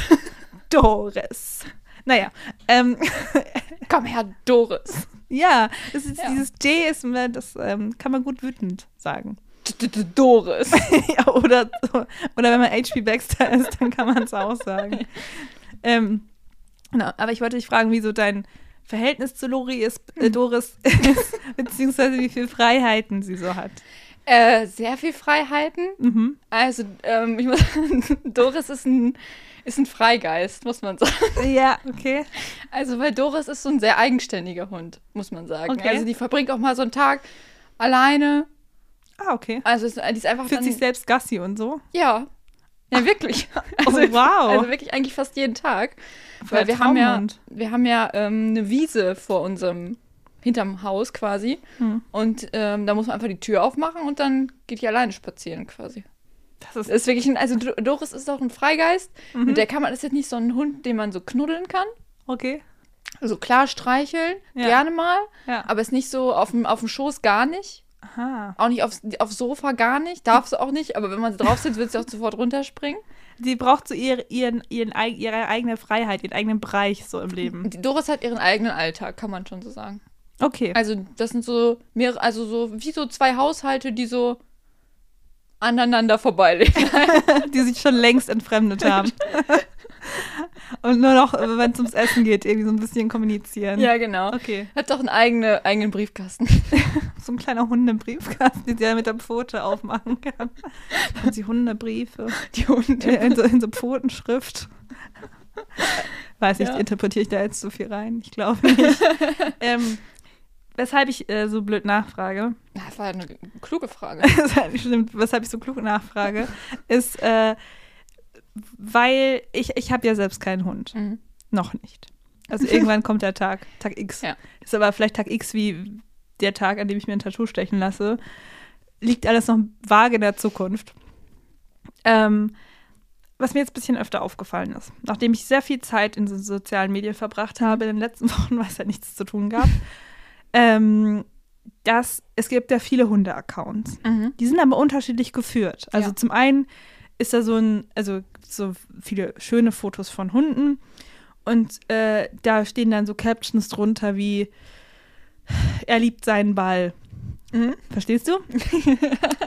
[SPEAKER 1] Doris. Naja, ähm,
[SPEAKER 2] Komm her, Doris.
[SPEAKER 1] Ja, es ist
[SPEAKER 2] Ja.
[SPEAKER 1] dieses D ist immer, das ähm, kann man gut wütend
[SPEAKER 2] [LAUGHS]
[SPEAKER 1] sagen.
[SPEAKER 2] D- d- d- Doris.
[SPEAKER 1] ja, oder, so- oder wenn man HP Baxter ist, dann kann man es auch
[SPEAKER 2] [LAUGHS]
[SPEAKER 1] sagen. ähm, genau, aber ich wollte dich fragen, wie so dein Verhältnis zu Lori ist,
[SPEAKER 2] Hm.
[SPEAKER 1] äh, Doris [LAUGHS] ist, beziehungsweise wie viele Freiheiten sie so hat.
[SPEAKER 2] [LAUGHS] Äh, sehr viel Freiheiten.
[SPEAKER 1] Mhm.
[SPEAKER 2] Also, ähm, ich muss [LAUGHS] Doris ist ein, ist ein Freigeist, muss man sagen.
[SPEAKER 1] Ja, okay.
[SPEAKER 2] Also, weil Doris ist so ein sehr eigenständiger Hund, muss man sagen.
[SPEAKER 1] Okay.
[SPEAKER 2] Also, die verbringt auch mal so einen Tag alleine.
[SPEAKER 1] Ah, okay.
[SPEAKER 2] Also, ist, die ist einfach
[SPEAKER 1] Fühlt
[SPEAKER 2] dann,
[SPEAKER 1] sich selbst Gassi und so.
[SPEAKER 2] Ja. Ja, wirklich.
[SPEAKER 1] Oh, wow.
[SPEAKER 2] [LAUGHS] Also wirklich eigentlich fast jeden Tag.
[SPEAKER 1] Voll
[SPEAKER 2] Weil wir haben ja,
[SPEAKER 1] Traumhund.
[SPEAKER 2] wir haben ja ähm, eine Wiese vor unserem hinterm Haus quasi.
[SPEAKER 1] Hm.
[SPEAKER 2] Und ähm, da muss man einfach die Tür aufmachen und dann geht die alleine spazieren quasi.
[SPEAKER 1] Das ist
[SPEAKER 2] Das ist wirklich ein, also Do- Doris ist auch ein Freigeist.
[SPEAKER 1] Mhm.
[SPEAKER 2] Mit der kann man, das ist jetzt nicht so ein Hund, den man so knuddeln kann.
[SPEAKER 1] okay.
[SPEAKER 2] Also klar streicheln,
[SPEAKER 1] Ja.
[SPEAKER 2] gerne mal,
[SPEAKER 1] Ja.
[SPEAKER 2] aber ist nicht so auf dem, auf dem Schoß gar nicht.
[SPEAKER 1] Aha.
[SPEAKER 2] Auch nicht aufs, aufs Sofa gar nicht. Darf sie auch nicht, aber wenn man drauf sitzt, wird sie auch sofort runterspringen.
[SPEAKER 1] Sie braucht so ihr, ihren, ihren, eig- ihre eigene Freiheit, ihren eigenen Bereich so im Leben.
[SPEAKER 2] Die Doris hat ihren eigenen Alltag, kann man schon so sagen.
[SPEAKER 1] Okay.
[SPEAKER 2] Also, das sind so mehrere, also so wie so zwei Haushalte, die so aneinander vorbeileben.
[SPEAKER 1] Also, die sich schon längst entfremdet haben. Und nur noch, wenn es ums Essen geht, irgendwie so ein bisschen
[SPEAKER 2] [LAUGHS]
[SPEAKER 1] kommunizieren.
[SPEAKER 2] genau.
[SPEAKER 1] Okay.
[SPEAKER 2] Hat doch einen eigene, eigenen Briefkasten.
[SPEAKER 1] So ein kleiner Hundebriefkasten, den sie ja mit der Pfote aufmachen kann. Und sie Hundebriefe
[SPEAKER 2] Die Hunde.
[SPEAKER 1] äh, in, so, in so Pfotenschrift. Weiß nicht,
[SPEAKER 2] Ja.
[SPEAKER 1] interpretiere ich da jetzt so viel rein? Ich glaube nicht. ähm, weshalb ich äh, so blöd nachfrage, [LAUGHS]
[SPEAKER 2] Das war eine kluge Frage.
[SPEAKER 1] Stimmt, weshalb ich so klug nachfrage, ist, äh, weil ich, ich habe ja selbst keinen Hund.
[SPEAKER 2] Mhm.
[SPEAKER 1] Noch nicht. Also irgendwann kommt der Tag, Tag X.
[SPEAKER 2] Ja.
[SPEAKER 1] Ist aber vielleicht Tag X wie der Tag, an dem ich mir ein Tattoo stechen lasse. Liegt alles noch vage in der Zukunft. Ähm, was mir jetzt ein bisschen öfter aufgefallen ist, nachdem ich sehr viel Zeit in so sozialen Medien verbracht habe in den letzten [LAUGHS] Wochen, weil es ja nichts zu tun gab, ähm, dass es gibt ja viele Hunde-Accounts.
[SPEAKER 2] Mhm.
[SPEAKER 1] Die sind aber unterschiedlich geführt. Also
[SPEAKER 2] Ja.
[SPEAKER 1] zum einen ist da so ein, also so viele schöne Fotos von Hunden und äh, da stehen dann so Captions drunter wie er liebt seinen Ball.
[SPEAKER 2] Mhm.
[SPEAKER 1] Verstehst du?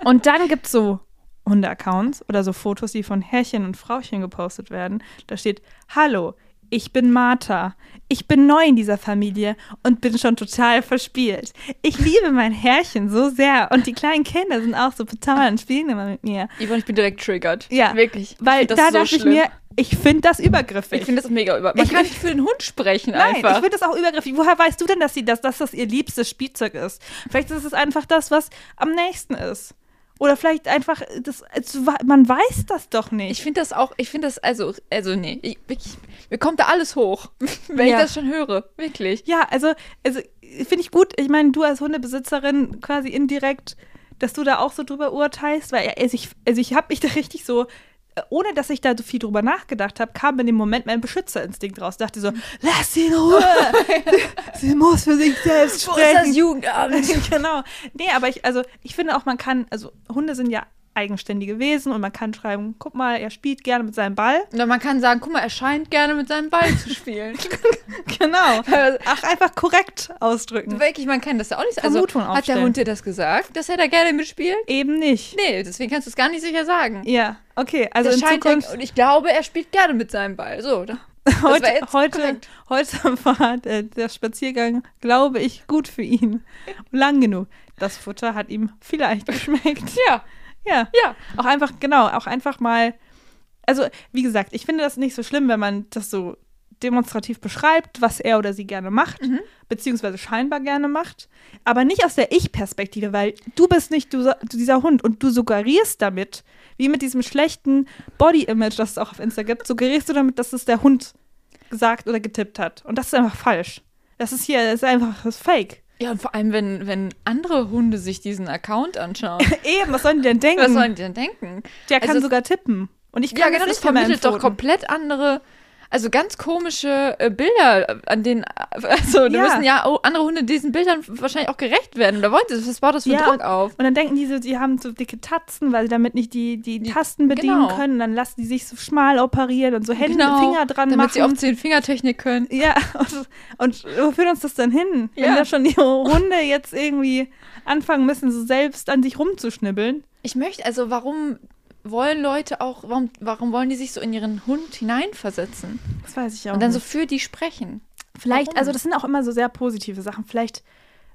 [SPEAKER 1] und dann gibt es so Hunde-Accounts oder so Fotos, die von Herrchen und Frauchen gepostet werden. Da steht, hallo, ich bin Martha. Ich bin neu in dieser Familie und bin schon total verspielt. Ich liebe mein Herrchen so sehr und die kleinen Kinder sind auch so total und spielen immer mit mir.
[SPEAKER 2] Yvonne, ich bin direkt triggert.
[SPEAKER 1] Ja,
[SPEAKER 2] Wirklich. Ich
[SPEAKER 1] Weil
[SPEAKER 2] find das
[SPEAKER 1] da
[SPEAKER 2] so
[SPEAKER 1] dachte ich
[SPEAKER 2] schlimm.
[SPEAKER 1] mir, ich finde das übergriffig.
[SPEAKER 2] Ich finde das mega über. Man
[SPEAKER 1] Ich-
[SPEAKER 2] kann nicht für den Hund sprechen
[SPEAKER 1] Nein, ich
[SPEAKER 2] einfach.
[SPEAKER 1] finde das auch übergriffig. Woher weißt du denn, dass, sie das, dass das ihr liebstes Spielzeug ist? Vielleicht ist es einfach das, was am nächsten ist. Oder vielleicht einfach, das, es wa- man weiß das doch
[SPEAKER 2] Ich
[SPEAKER 1] nicht.
[SPEAKER 2] finde das auch, ich finde das, also, also nee, ich, ich, mir kommt da alles hoch, [LAUGHS] wenn
[SPEAKER 1] Ja.
[SPEAKER 2] ich das schon höre, wirklich.
[SPEAKER 1] Ja, also, also finde ich gut. Ich meine, du als Hundebesitzerin quasi indirekt, dass du da auch so drüber urteilst, weil also ich, also ich habe mich da richtig so, äh, ohne dass ich da so viel drüber nachgedacht habe, kam in dem Moment mein Beschützerinstinkt raus. Dachte
[SPEAKER 2] Hm.
[SPEAKER 1] so, lass sie in
[SPEAKER 2] [LAUGHS]
[SPEAKER 1] Ruhe. sie, sie muss für sich selbst
[SPEAKER 2] Wo ist das
[SPEAKER 1] sprechen. [LAUGHS]
[SPEAKER 2] Jugendamt? [LAUGHS]
[SPEAKER 1] genau. Nee, aber ich, also ich finde auch, man kann, also Hunde sind ja eigenständige Wesen und man kann schreiben, guck mal, er spielt gerne mit seinem Ball.
[SPEAKER 2] [LAUGHS] Oder man kann sagen, guck mal, er scheint gerne mit seinem Ball zu spielen.
[SPEAKER 1] Genau. [LAUGHS]
[SPEAKER 2] [LAUGHS]
[SPEAKER 1] Ach, einfach korrekt ausdrücken.
[SPEAKER 2] Also, Wirklich, man kann das ja auch nicht. Also,
[SPEAKER 1] Vermutung
[SPEAKER 2] hat der
[SPEAKER 1] aufstellen.
[SPEAKER 2] Hund dir das gesagt, dass er da gerne mitspielt?
[SPEAKER 1] Eben nicht.
[SPEAKER 2] Nee, deswegen kannst du es gar nicht sicher sagen.
[SPEAKER 1] Ja, okay. Also
[SPEAKER 2] Das
[SPEAKER 1] in
[SPEAKER 2] scheint
[SPEAKER 1] Zukunft,
[SPEAKER 2] ja, und ich glaube, er spielt gerne mit seinem Ball. So, da- das war
[SPEAKER 1] heute,
[SPEAKER 2] jetzt
[SPEAKER 1] heute,
[SPEAKER 2] korrekt.
[SPEAKER 1] heute war der, der Spaziergang, glaube ich, gut für
[SPEAKER 2] [LAUGHS]
[SPEAKER 1] ihn. Lang genug. Das Futter hat ihm vielleicht geschmeckt.
[SPEAKER 2] Ja,
[SPEAKER 1] Ja.
[SPEAKER 2] ja.
[SPEAKER 1] Auch einfach, genau, auch einfach mal. Also, wie gesagt, ich finde das nicht so schlimm, wenn man das so demonstrativ beschreibt, was er oder sie gerne macht,
[SPEAKER 2] Mhm.
[SPEAKER 1] beziehungsweise scheinbar gerne macht, aber nicht aus der Ich-Perspektive, weil du bist nicht du, du dieser Hund und du suggerierst damit, wie mit diesem schlechten Body-Image, das es auch auf Insta gibt, suggerierst du damit, dass es der Hund gesagt oder getippt hat. Und das ist einfach falsch. Das ist hier, das ist einfach das ist
[SPEAKER 2] [LAUGHS]
[SPEAKER 1] Fake.
[SPEAKER 2] Ja, und vor allem, wenn, wenn andere Hunde sich diesen Account anschauen,
[SPEAKER 1] [LAUGHS] Eben, was sollen die denn denken?
[SPEAKER 2] was sollen die denn denken?
[SPEAKER 1] der kann
[SPEAKER 2] also-
[SPEAKER 1] sogar tippen. Und ich kann
[SPEAKER 2] Ja, genau,
[SPEAKER 1] das
[SPEAKER 2] das
[SPEAKER 1] nicht mehr
[SPEAKER 2] vermittelt doch
[SPEAKER 1] entfoten.
[SPEAKER 2] komplett andere, also ganz komische äh, Bilder, äh, an denen, äh, [LAUGHS] also da
[SPEAKER 1] Ja.
[SPEAKER 2] müssen ja oh, andere Hunde diesen Bildern wahrscheinlich auch gerecht werden oder wollen sie, das? was baut das für
[SPEAKER 1] Ja,
[SPEAKER 2] Druck auf?
[SPEAKER 1] Und dann denken die so, die haben so dicke Tatzen, weil sie damit nicht die, die Tasten bedienen
[SPEAKER 2] genau.
[SPEAKER 1] können. Und dann lassen die sich so schmal operieren und so Hände, Finger dran
[SPEAKER 2] damit
[SPEAKER 1] machen.
[SPEAKER 2] sie auch zehn Fingertechnik können.
[SPEAKER 1] ja, und, und wo führt uns das dann hin? Wenn
[SPEAKER 2] Ja.
[SPEAKER 1] da schon die Hunde jetzt irgendwie anfangen müssen, so selbst an sich rumzuschnibbeln.
[SPEAKER 2] Ich möchte, also warum wollen Leute auch, warum, warum wollen die sich so in ihren Hund hineinversetzen
[SPEAKER 1] Das weiß ich auch.
[SPEAKER 2] und dann so
[SPEAKER 1] nicht.
[SPEAKER 2] für die sprechen?
[SPEAKER 1] vielleicht,
[SPEAKER 2] warum?
[SPEAKER 1] also das sind auch immer so sehr positive Sachen. Vielleicht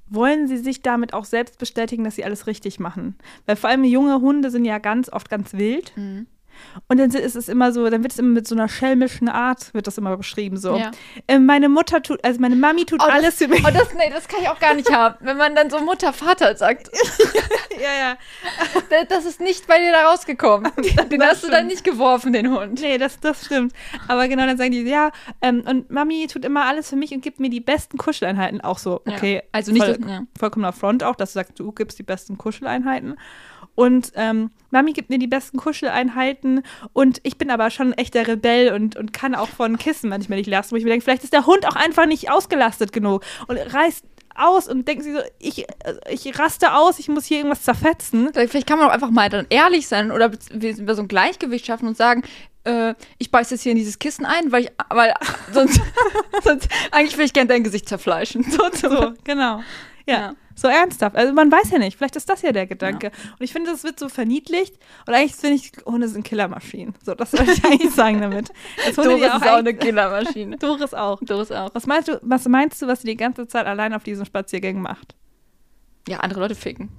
[SPEAKER 1] wollen sie sich damit auch
[SPEAKER 2] Mhm.
[SPEAKER 1] selbst bestätigen, dass sie alles richtig machen. Weil vor allem junge Hunde sind ja ganz oft ganz wild. Und dann ist es immer so, dann wird es immer mit so einer schelmischen Art, wird das immer beschrieben so.
[SPEAKER 2] Ja.
[SPEAKER 1] Äh, meine Mutter tut, also meine Mami tut
[SPEAKER 2] Oh, das-
[SPEAKER 1] alles für
[SPEAKER 2] [LAUGHS]
[SPEAKER 1] mich.
[SPEAKER 2] Oh, das, nee, das kann ich auch gar nicht haben. Wenn man dann so Mutter, Vater sagt,
[SPEAKER 1] ja, ja.
[SPEAKER 2] da- das ist nicht bei dir da rausgekommen. Den
[SPEAKER 1] [LAUGHS] das
[SPEAKER 2] hast du dann
[SPEAKER 1] stimmt.
[SPEAKER 2] nicht geworfen, den Hund.
[SPEAKER 1] Nee, das, das stimmt. Aber genau, dann sagen die, ja, ähm, und Mami tut immer alles für mich und gibt mir die besten Kuscheleinheiten. Auch so, okay.
[SPEAKER 2] Ja. Also nicht,
[SPEAKER 1] voll,
[SPEAKER 2] dass- ja.
[SPEAKER 1] vollkommener Front auch, dass du sagst, du gibst die besten Kuscheleinheiten. Und ähm, Mami gibt mir die besten Kuscheleinheiten und ich bin aber schon ein echter Rebell und, und kann auch von Kissen manchmal nicht lassen, wo ich mir denke, vielleicht ist der Hund auch einfach nicht ausgelastet genug und reißt aus und denkt sich so, ich, äh, ich raste aus, ich muss hier irgendwas zerfetzen.
[SPEAKER 2] Vielleicht kann man auch einfach mal dann ehrlich sein oder bez- wir so ein Gleichgewicht schaffen und sagen, äh, ich beiße jetzt hier in dieses Kissen ein, weil ich, weil [LAUGHS] sonst, sonst eigentlich will ich gerne dein Gesicht zerfleischen. [LAUGHS] So,
[SPEAKER 1] So, genau. Ja.
[SPEAKER 2] Ja.
[SPEAKER 1] So ernsthaft. Also man weiß ja nicht, vielleicht ist das ja der Gedanke. Und ich finde, das wird so verniedlicht. Und eigentlich finde ich, Hunde sind Killermaschinen. So, das wollte ich eigentlich sagen
[SPEAKER 2] [LAUGHS]
[SPEAKER 1] damit. Dass Hunde
[SPEAKER 2] Doris
[SPEAKER 1] dir
[SPEAKER 2] ist auch
[SPEAKER 1] eigentlich-
[SPEAKER 2] eine Killermaschine.
[SPEAKER 1] Doris auch.
[SPEAKER 2] Doris auch.
[SPEAKER 1] Was meinst du, was meinst du, was sie die ganze Zeit allein auf diesen Spaziergängen macht?
[SPEAKER 2] Ja, andere Leute ficken.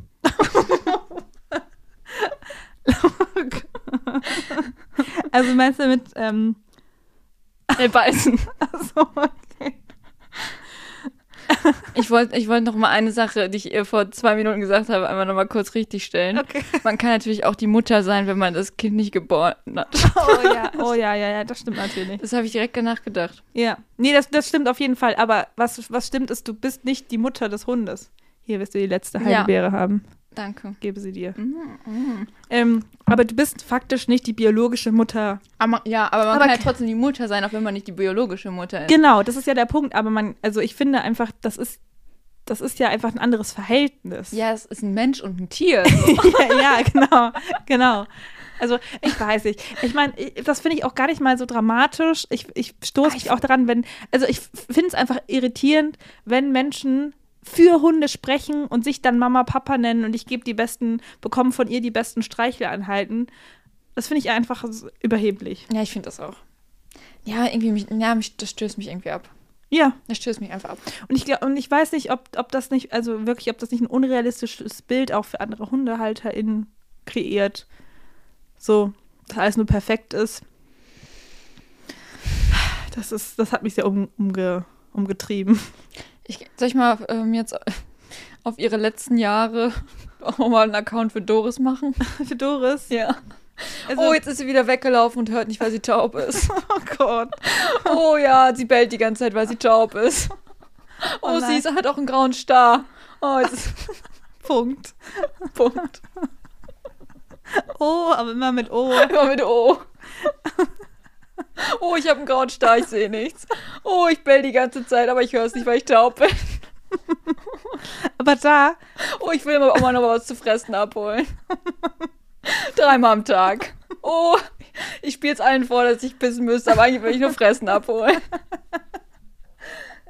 [SPEAKER 1] Also meinst du mit, ähm,
[SPEAKER 2] [LAUGHS] Äh, beißen.
[SPEAKER 1] so, okay.
[SPEAKER 2] Ich wollte ich wollt noch mal eine Sache, die ich ihr vor zwei Minuten gesagt habe, einmal noch mal kurz richtigstellen.
[SPEAKER 1] okay.
[SPEAKER 2] Man kann natürlich auch die Mutter sein, wenn man das Kind nicht geboren hat.
[SPEAKER 1] [LAUGHS] Oh ja, oh ja, ja, ja, das stimmt natürlich.
[SPEAKER 2] Das habe ich direkt danach gedacht.
[SPEAKER 1] Ja. Nee, das, das stimmt auf jeden Fall. Aber was, was stimmt ist, du bist nicht die Mutter des Hundes. Hier wirst du die letzte
[SPEAKER 2] Ja.
[SPEAKER 1] Heidelbeere haben.
[SPEAKER 2] Danke.
[SPEAKER 1] Gebe sie dir. Ähm, aber du bist faktisch nicht die biologische Mutter.
[SPEAKER 2] Aber, ja, aber man
[SPEAKER 1] Aber
[SPEAKER 2] kann ja
[SPEAKER 1] ke-
[SPEAKER 2] trotzdem die Mutter sein, auch wenn man nicht die biologische Mutter ist.
[SPEAKER 1] Genau, das ist ja der Punkt. Aber man, also ich finde einfach, das ist, das ist ja einfach ein anderes Verhältnis.
[SPEAKER 2] Ja, es ist ein Mensch und ein Tier.
[SPEAKER 1] [LAUGHS] ja, ja, genau, genau. Also ich weiß nicht. Ich meine, ich- das finde ich auch gar nicht mal so dramatisch. Ich, ich stoße mich auch daran, wenn, also ich finde es einfach irritierend, wenn Menschen für Hunde sprechen und sich dann Mama, Papa nennen und ich gebe die besten, bekomme von ihr die besten Streicheleinheiten. Das finde ich einfach so überheblich.
[SPEAKER 2] ja, ich finde das auch. Ja, irgendwie, mich, ja, mich, das stößt mich irgendwie ab.
[SPEAKER 1] Ja,
[SPEAKER 2] Das stößt mich einfach ab.
[SPEAKER 1] und ich, glaub- und ich weiß nicht, ob, ob das nicht, also wirklich, ob das nicht ein unrealistisches Bild auch für andere HundehalterInnen kreiert. So, dass alles nur perfekt ist. Das ist, das hat mich sehr um, umge, umgetrieben. [LAUGHS]
[SPEAKER 2] Ich, soll ich mal ähm, jetzt auf ihre letzten Jahre [LAUGHS] auch mal einen Account für Doris machen?
[SPEAKER 1] Für Doris.
[SPEAKER 2] Ja.
[SPEAKER 1] Also,
[SPEAKER 2] oh, jetzt ist sie wieder weggelaufen und hört nicht, weil sie
[SPEAKER 1] [LAUGHS]
[SPEAKER 2] taub ist.
[SPEAKER 1] oh Gott.
[SPEAKER 2] Oh ja, sie bellt die ganze Zeit, weil sie taub ist. Oh,
[SPEAKER 1] Oh
[SPEAKER 2] sie
[SPEAKER 1] nein.
[SPEAKER 2] ist, hat auch einen grauen Star. Oh, jetzt ist
[SPEAKER 1] Punkt.
[SPEAKER 2] [LAUGHS] Punkt.
[SPEAKER 1] [LAUGHS] Oh, aber immer mit O. [LAUGHS]
[SPEAKER 2] Immer mit O. Oh, ich habe einen grauen Star, ich sehe nichts. Oh, ich bell die ganze Zeit, aber ich höre es nicht, weil ich taub bin.
[SPEAKER 1] Aber da,
[SPEAKER 2] Oh, ich will aber auch mal noch was zu fressen abholen. Dreimal am Tag. Oh, ich spiele jetzt allen vor, dass ich pissen müsste, aber eigentlich will ich nur fressen abholen.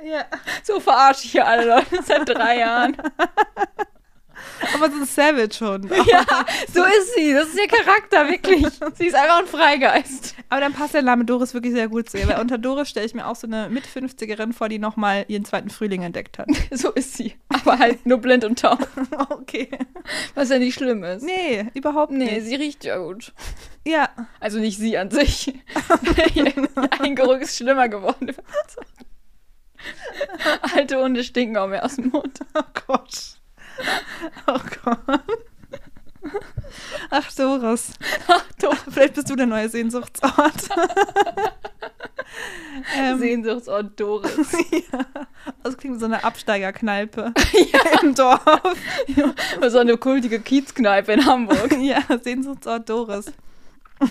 [SPEAKER 1] ja.
[SPEAKER 2] So verarsche ich hier alle Leute seit drei Jahren.
[SPEAKER 1] aber so ein Savage-Hund.
[SPEAKER 2] Ja, so ist sie. Das ist ihr Charakter, wirklich. Sie ist einfach ein Freigeist.
[SPEAKER 1] Aber dann passt der Name Doris wirklich sehr gut zu ihr. Weil unter Doris stelle ich mir auch so eine Mit-50erin vor, die nochmal ihren zweiten Frühling entdeckt hat.
[SPEAKER 2] So ist sie. Aber halt nur blind und taub.
[SPEAKER 1] okay.
[SPEAKER 2] Was ja nicht schlimm ist.
[SPEAKER 1] Nee, überhaupt
[SPEAKER 2] Nee,
[SPEAKER 1] nicht.
[SPEAKER 2] sie riecht ja gut.
[SPEAKER 1] Ja,
[SPEAKER 2] Also nicht sie an sich. [LAUGHS] Ein Geruch ist schlimmer geworden. Alte Hunde stinken auch mehr aus dem Mund.
[SPEAKER 1] oh Gott. Oh Gott. Ach, Doris. Ach, Doris. Vielleicht bist du der neue Sehnsuchtsort. ähm,
[SPEAKER 2] Sehnsuchtsort Doris.
[SPEAKER 1] ja. Das klingt wie so eine Absteigerkneipe im Dorf.
[SPEAKER 2] So eine kultige Kiezkneipe in Hamburg.
[SPEAKER 1] [LAUGHS] Ja, Sehnsuchtsort Doris. [LAUGHS]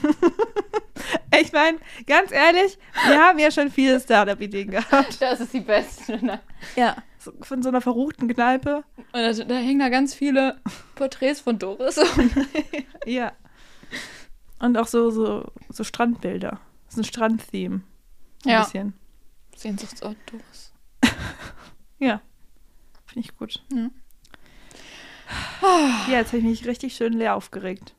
[SPEAKER 1] ich meine, ganz ehrlich, wir haben ja schon viele Startup-Ideen gehabt.
[SPEAKER 2] Das ist die beste. Ne?
[SPEAKER 1] Ja. Von so einer verruchten Kneipe.
[SPEAKER 2] Und da, da hängen da ganz viele Porträts
[SPEAKER 1] [LAUGHS]
[SPEAKER 2] von Doris.
[SPEAKER 1] Ja. Und auch so, so, so Strandbilder. Das ist ein Strandtheme. Ein
[SPEAKER 2] Ja.
[SPEAKER 1] bisschen.
[SPEAKER 2] Sehnsuchtsort Doris.
[SPEAKER 1] Ja. Finde ich gut.
[SPEAKER 2] Ja.
[SPEAKER 1] Ja, jetzt habe ich mich richtig schön leer aufgeregt.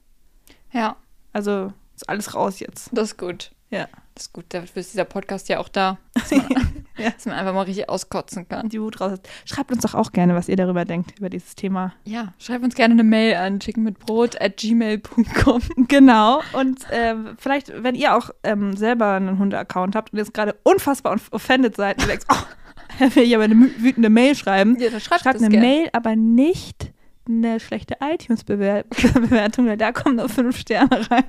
[SPEAKER 2] Ja,
[SPEAKER 1] Also
[SPEAKER 2] [LAUGHS]
[SPEAKER 1] ist alles raus jetzt. [LAUGHS]
[SPEAKER 2] das ist gut.
[SPEAKER 1] Ja.
[SPEAKER 2] Das ist gut. Dafür ist dieser Podcast ja auch da. dass man einfach mal richtig auskotzen kann.
[SPEAKER 1] die Wut raus. Schreibt uns doch auch gerne, was ihr darüber denkt, über dieses Thema.
[SPEAKER 2] Ja, schreib uns gerne eine Mail an, schicken mit Brot at gmail.com.
[SPEAKER 1] [LAUGHS] Genau. Und ähm, vielleicht, wenn ihr auch ähm, selber einen Hunde-Account habt und jetzt gerade unfassbar off- offended seid und
[SPEAKER 2] [LAUGHS]
[SPEAKER 1] denkt, oh, da will ich aber eine mü- wütende Mail schreiben.
[SPEAKER 2] Ja, dann schreibt
[SPEAKER 1] Schreibt
[SPEAKER 2] das
[SPEAKER 1] eine
[SPEAKER 2] gerne.
[SPEAKER 1] Mail, aber nicht eine schlechte [LAUGHS] iTunes-Bewertung, weil da kommen nur fünf Sterne rein.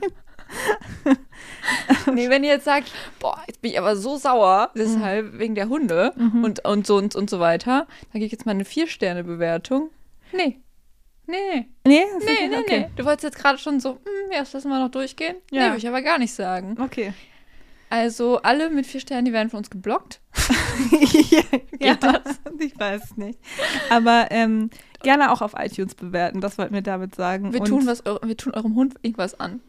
[SPEAKER 2] Nee, wenn ihr jetzt sagt, boah, jetzt bin ich aber so sauer, deshalb wegen der Hunde und, und so und, und so weiter, dann gebe ich jetzt mal eine Vier-Sterne-Bewertung. Nee. Nee,
[SPEAKER 1] Nee,
[SPEAKER 2] nee,
[SPEAKER 1] sicher?
[SPEAKER 2] nee,
[SPEAKER 1] okay.
[SPEAKER 2] nee. Du wolltest jetzt gerade schon so, hm, ja, das lassen wir noch durchgehen.
[SPEAKER 1] Ja.
[SPEAKER 2] Nee, würde ich aber gar nicht sagen.
[SPEAKER 1] Okay. [LAUGHS]
[SPEAKER 2] Also alle mit vier Sternen, die werden von uns geblockt.
[SPEAKER 1] ja, ich weiß es nicht. Aber ähm, gerne auch auf iTunes bewerten, das wollten wir damit sagen.
[SPEAKER 2] Wir
[SPEAKER 1] Und-
[SPEAKER 2] tun, was, eu- wir tun eurem Hund irgendwas an.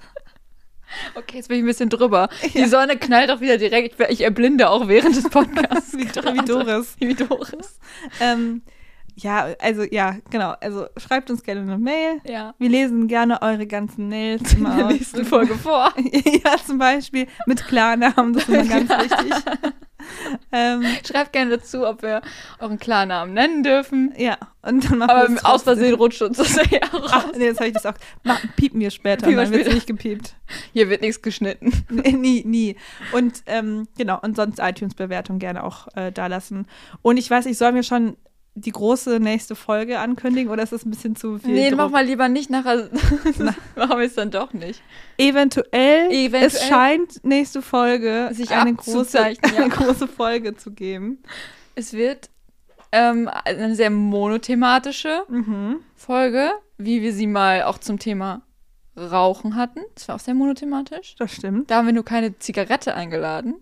[SPEAKER 2] [LAUGHS] okay, jetzt bin ich ein bisschen drüber. Die Sonne knallt auch wieder direkt. Ich- Ich erblinde auch während des Podcasts.
[SPEAKER 1] [LAUGHS]
[SPEAKER 2] [LAUGHS]
[SPEAKER 1] Wie,
[SPEAKER 2] gerade.
[SPEAKER 1] wie Doris.
[SPEAKER 2] Wie Doris.
[SPEAKER 1] ähm, ja, also ja, genau. Also schreibt uns gerne eine Mail.
[SPEAKER 2] Ja.
[SPEAKER 1] Wir lesen gerne eure ganzen Mails
[SPEAKER 2] In der
[SPEAKER 1] mal aus.
[SPEAKER 2] nächsten Folge vor.
[SPEAKER 1] [LAUGHS] ja, zum Beispiel mit Klarnamen, das ist immer ganz wichtig. ähm,
[SPEAKER 2] Schreibt gerne dazu, ob wir euren Klarnamen nennen dürfen.
[SPEAKER 1] ja, und dann machen
[SPEAKER 2] Aber
[SPEAKER 1] wir es
[SPEAKER 2] aus
[SPEAKER 1] trotzdem.
[SPEAKER 2] Versehen rutscht uns das ja auch
[SPEAKER 1] Ach,
[SPEAKER 2] raus.
[SPEAKER 1] nee, jetzt habe ich das auch. Mach, piepen wir später,
[SPEAKER 2] Piepen wir
[SPEAKER 1] dann wird
[SPEAKER 2] später.
[SPEAKER 1] nicht gepiept.
[SPEAKER 2] Hier wird nichts geschnitten.
[SPEAKER 1] Nee, nie, nie. Und ähm, genau, und sonst iTunes-Bewertung gerne auch äh, da lassen. Und ich weiß nicht, sollen wir schon die große nächste Folge ankündigen oder ist das ein bisschen zu viel?
[SPEAKER 2] Nee,
[SPEAKER 1] Druck?
[SPEAKER 2] mach mal lieber nicht nachher. [LAUGHS] machen wir es dann doch nicht.
[SPEAKER 1] Eventuell, es
[SPEAKER 2] Eventuell.
[SPEAKER 1] scheint nächste Folge
[SPEAKER 2] Sich
[SPEAKER 1] eine, große,
[SPEAKER 2] abzuzeichnen, ja.
[SPEAKER 1] eine große Folge zu geben.
[SPEAKER 2] Es wird ähm, eine sehr monothematische
[SPEAKER 1] Mhm.
[SPEAKER 2] Folge, wie wir sie mal auch zum Thema Rauchen hatten. Das war auch sehr monothematisch.
[SPEAKER 1] Das stimmt.
[SPEAKER 2] Da haben wir nur keine Zigarette eingeladen.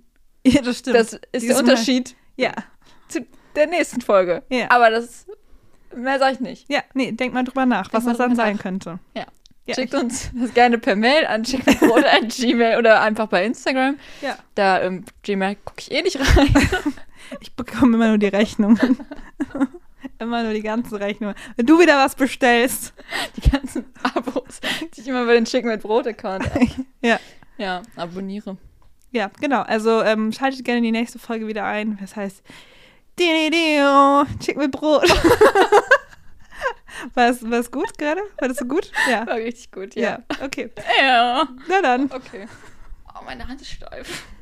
[SPEAKER 1] Ja, das stimmt.
[SPEAKER 2] Das ist
[SPEAKER 1] Dieses
[SPEAKER 2] der Unterschied
[SPEAKER 1] Mal, ja,
[SPEAKER 2] zu der nächsten Folge.
[SPEAKER 1] Ja.
[SPEAKER 2] Aber das mehr sage ich nicht.
[SPEAKER 1] ja, nee, denk mal drüber nach, was
[SPEAKER 2] mal
[SPEAKER 1] das dann
[SPEAKER 2] drüber
[SPEAKER 1] sein
[SPEAKER 2] nach.
[SPEAKER 1] könnte.
[SPEAKER 2] Ja.
[SPEAKER 1] Ja,
[SPEAKER 2] Schickt uns das gerne per Mail an schickt oder an Gmail oder einfach bei Instagram.
[SPEAKER 1] Ja.
[SPEAKER 2] Da ähm, Gmail gucke ich eh nicht rein. [LAUGHS]
[SPEAKER 1] Ich bekomme immer nur die Rechnungen. immer nur die ganzen Rechnungen. Wenn du wieder was bestellst.
[SPEAKER 2] Die ganzen Abos, die ich immer bei den Schick mit Brot-Account.
[SPEAKER 1] [LAUGHS] Ja.
[SPEAKER 2] Ja, abonniere.
[SPEAKER 1] Ja, genau. Also ähm, schaltet gerne die nächste Folge wieder ein. Das heißt, Dinideo, schick mir Brot. war, es, war es gut gerade? War das so gut? Ja.
[SPEAKER 2] War richtig gut,
[SPEAKER 1] Ja,
[SPEAKER 2] ja.
[SPEAKER 1] okay.
[SPEAKER 2] Ja.
[SPEAKER 1] Na dann.
[SPEAKER 2] Okay. Oh, meine Hand ist steif.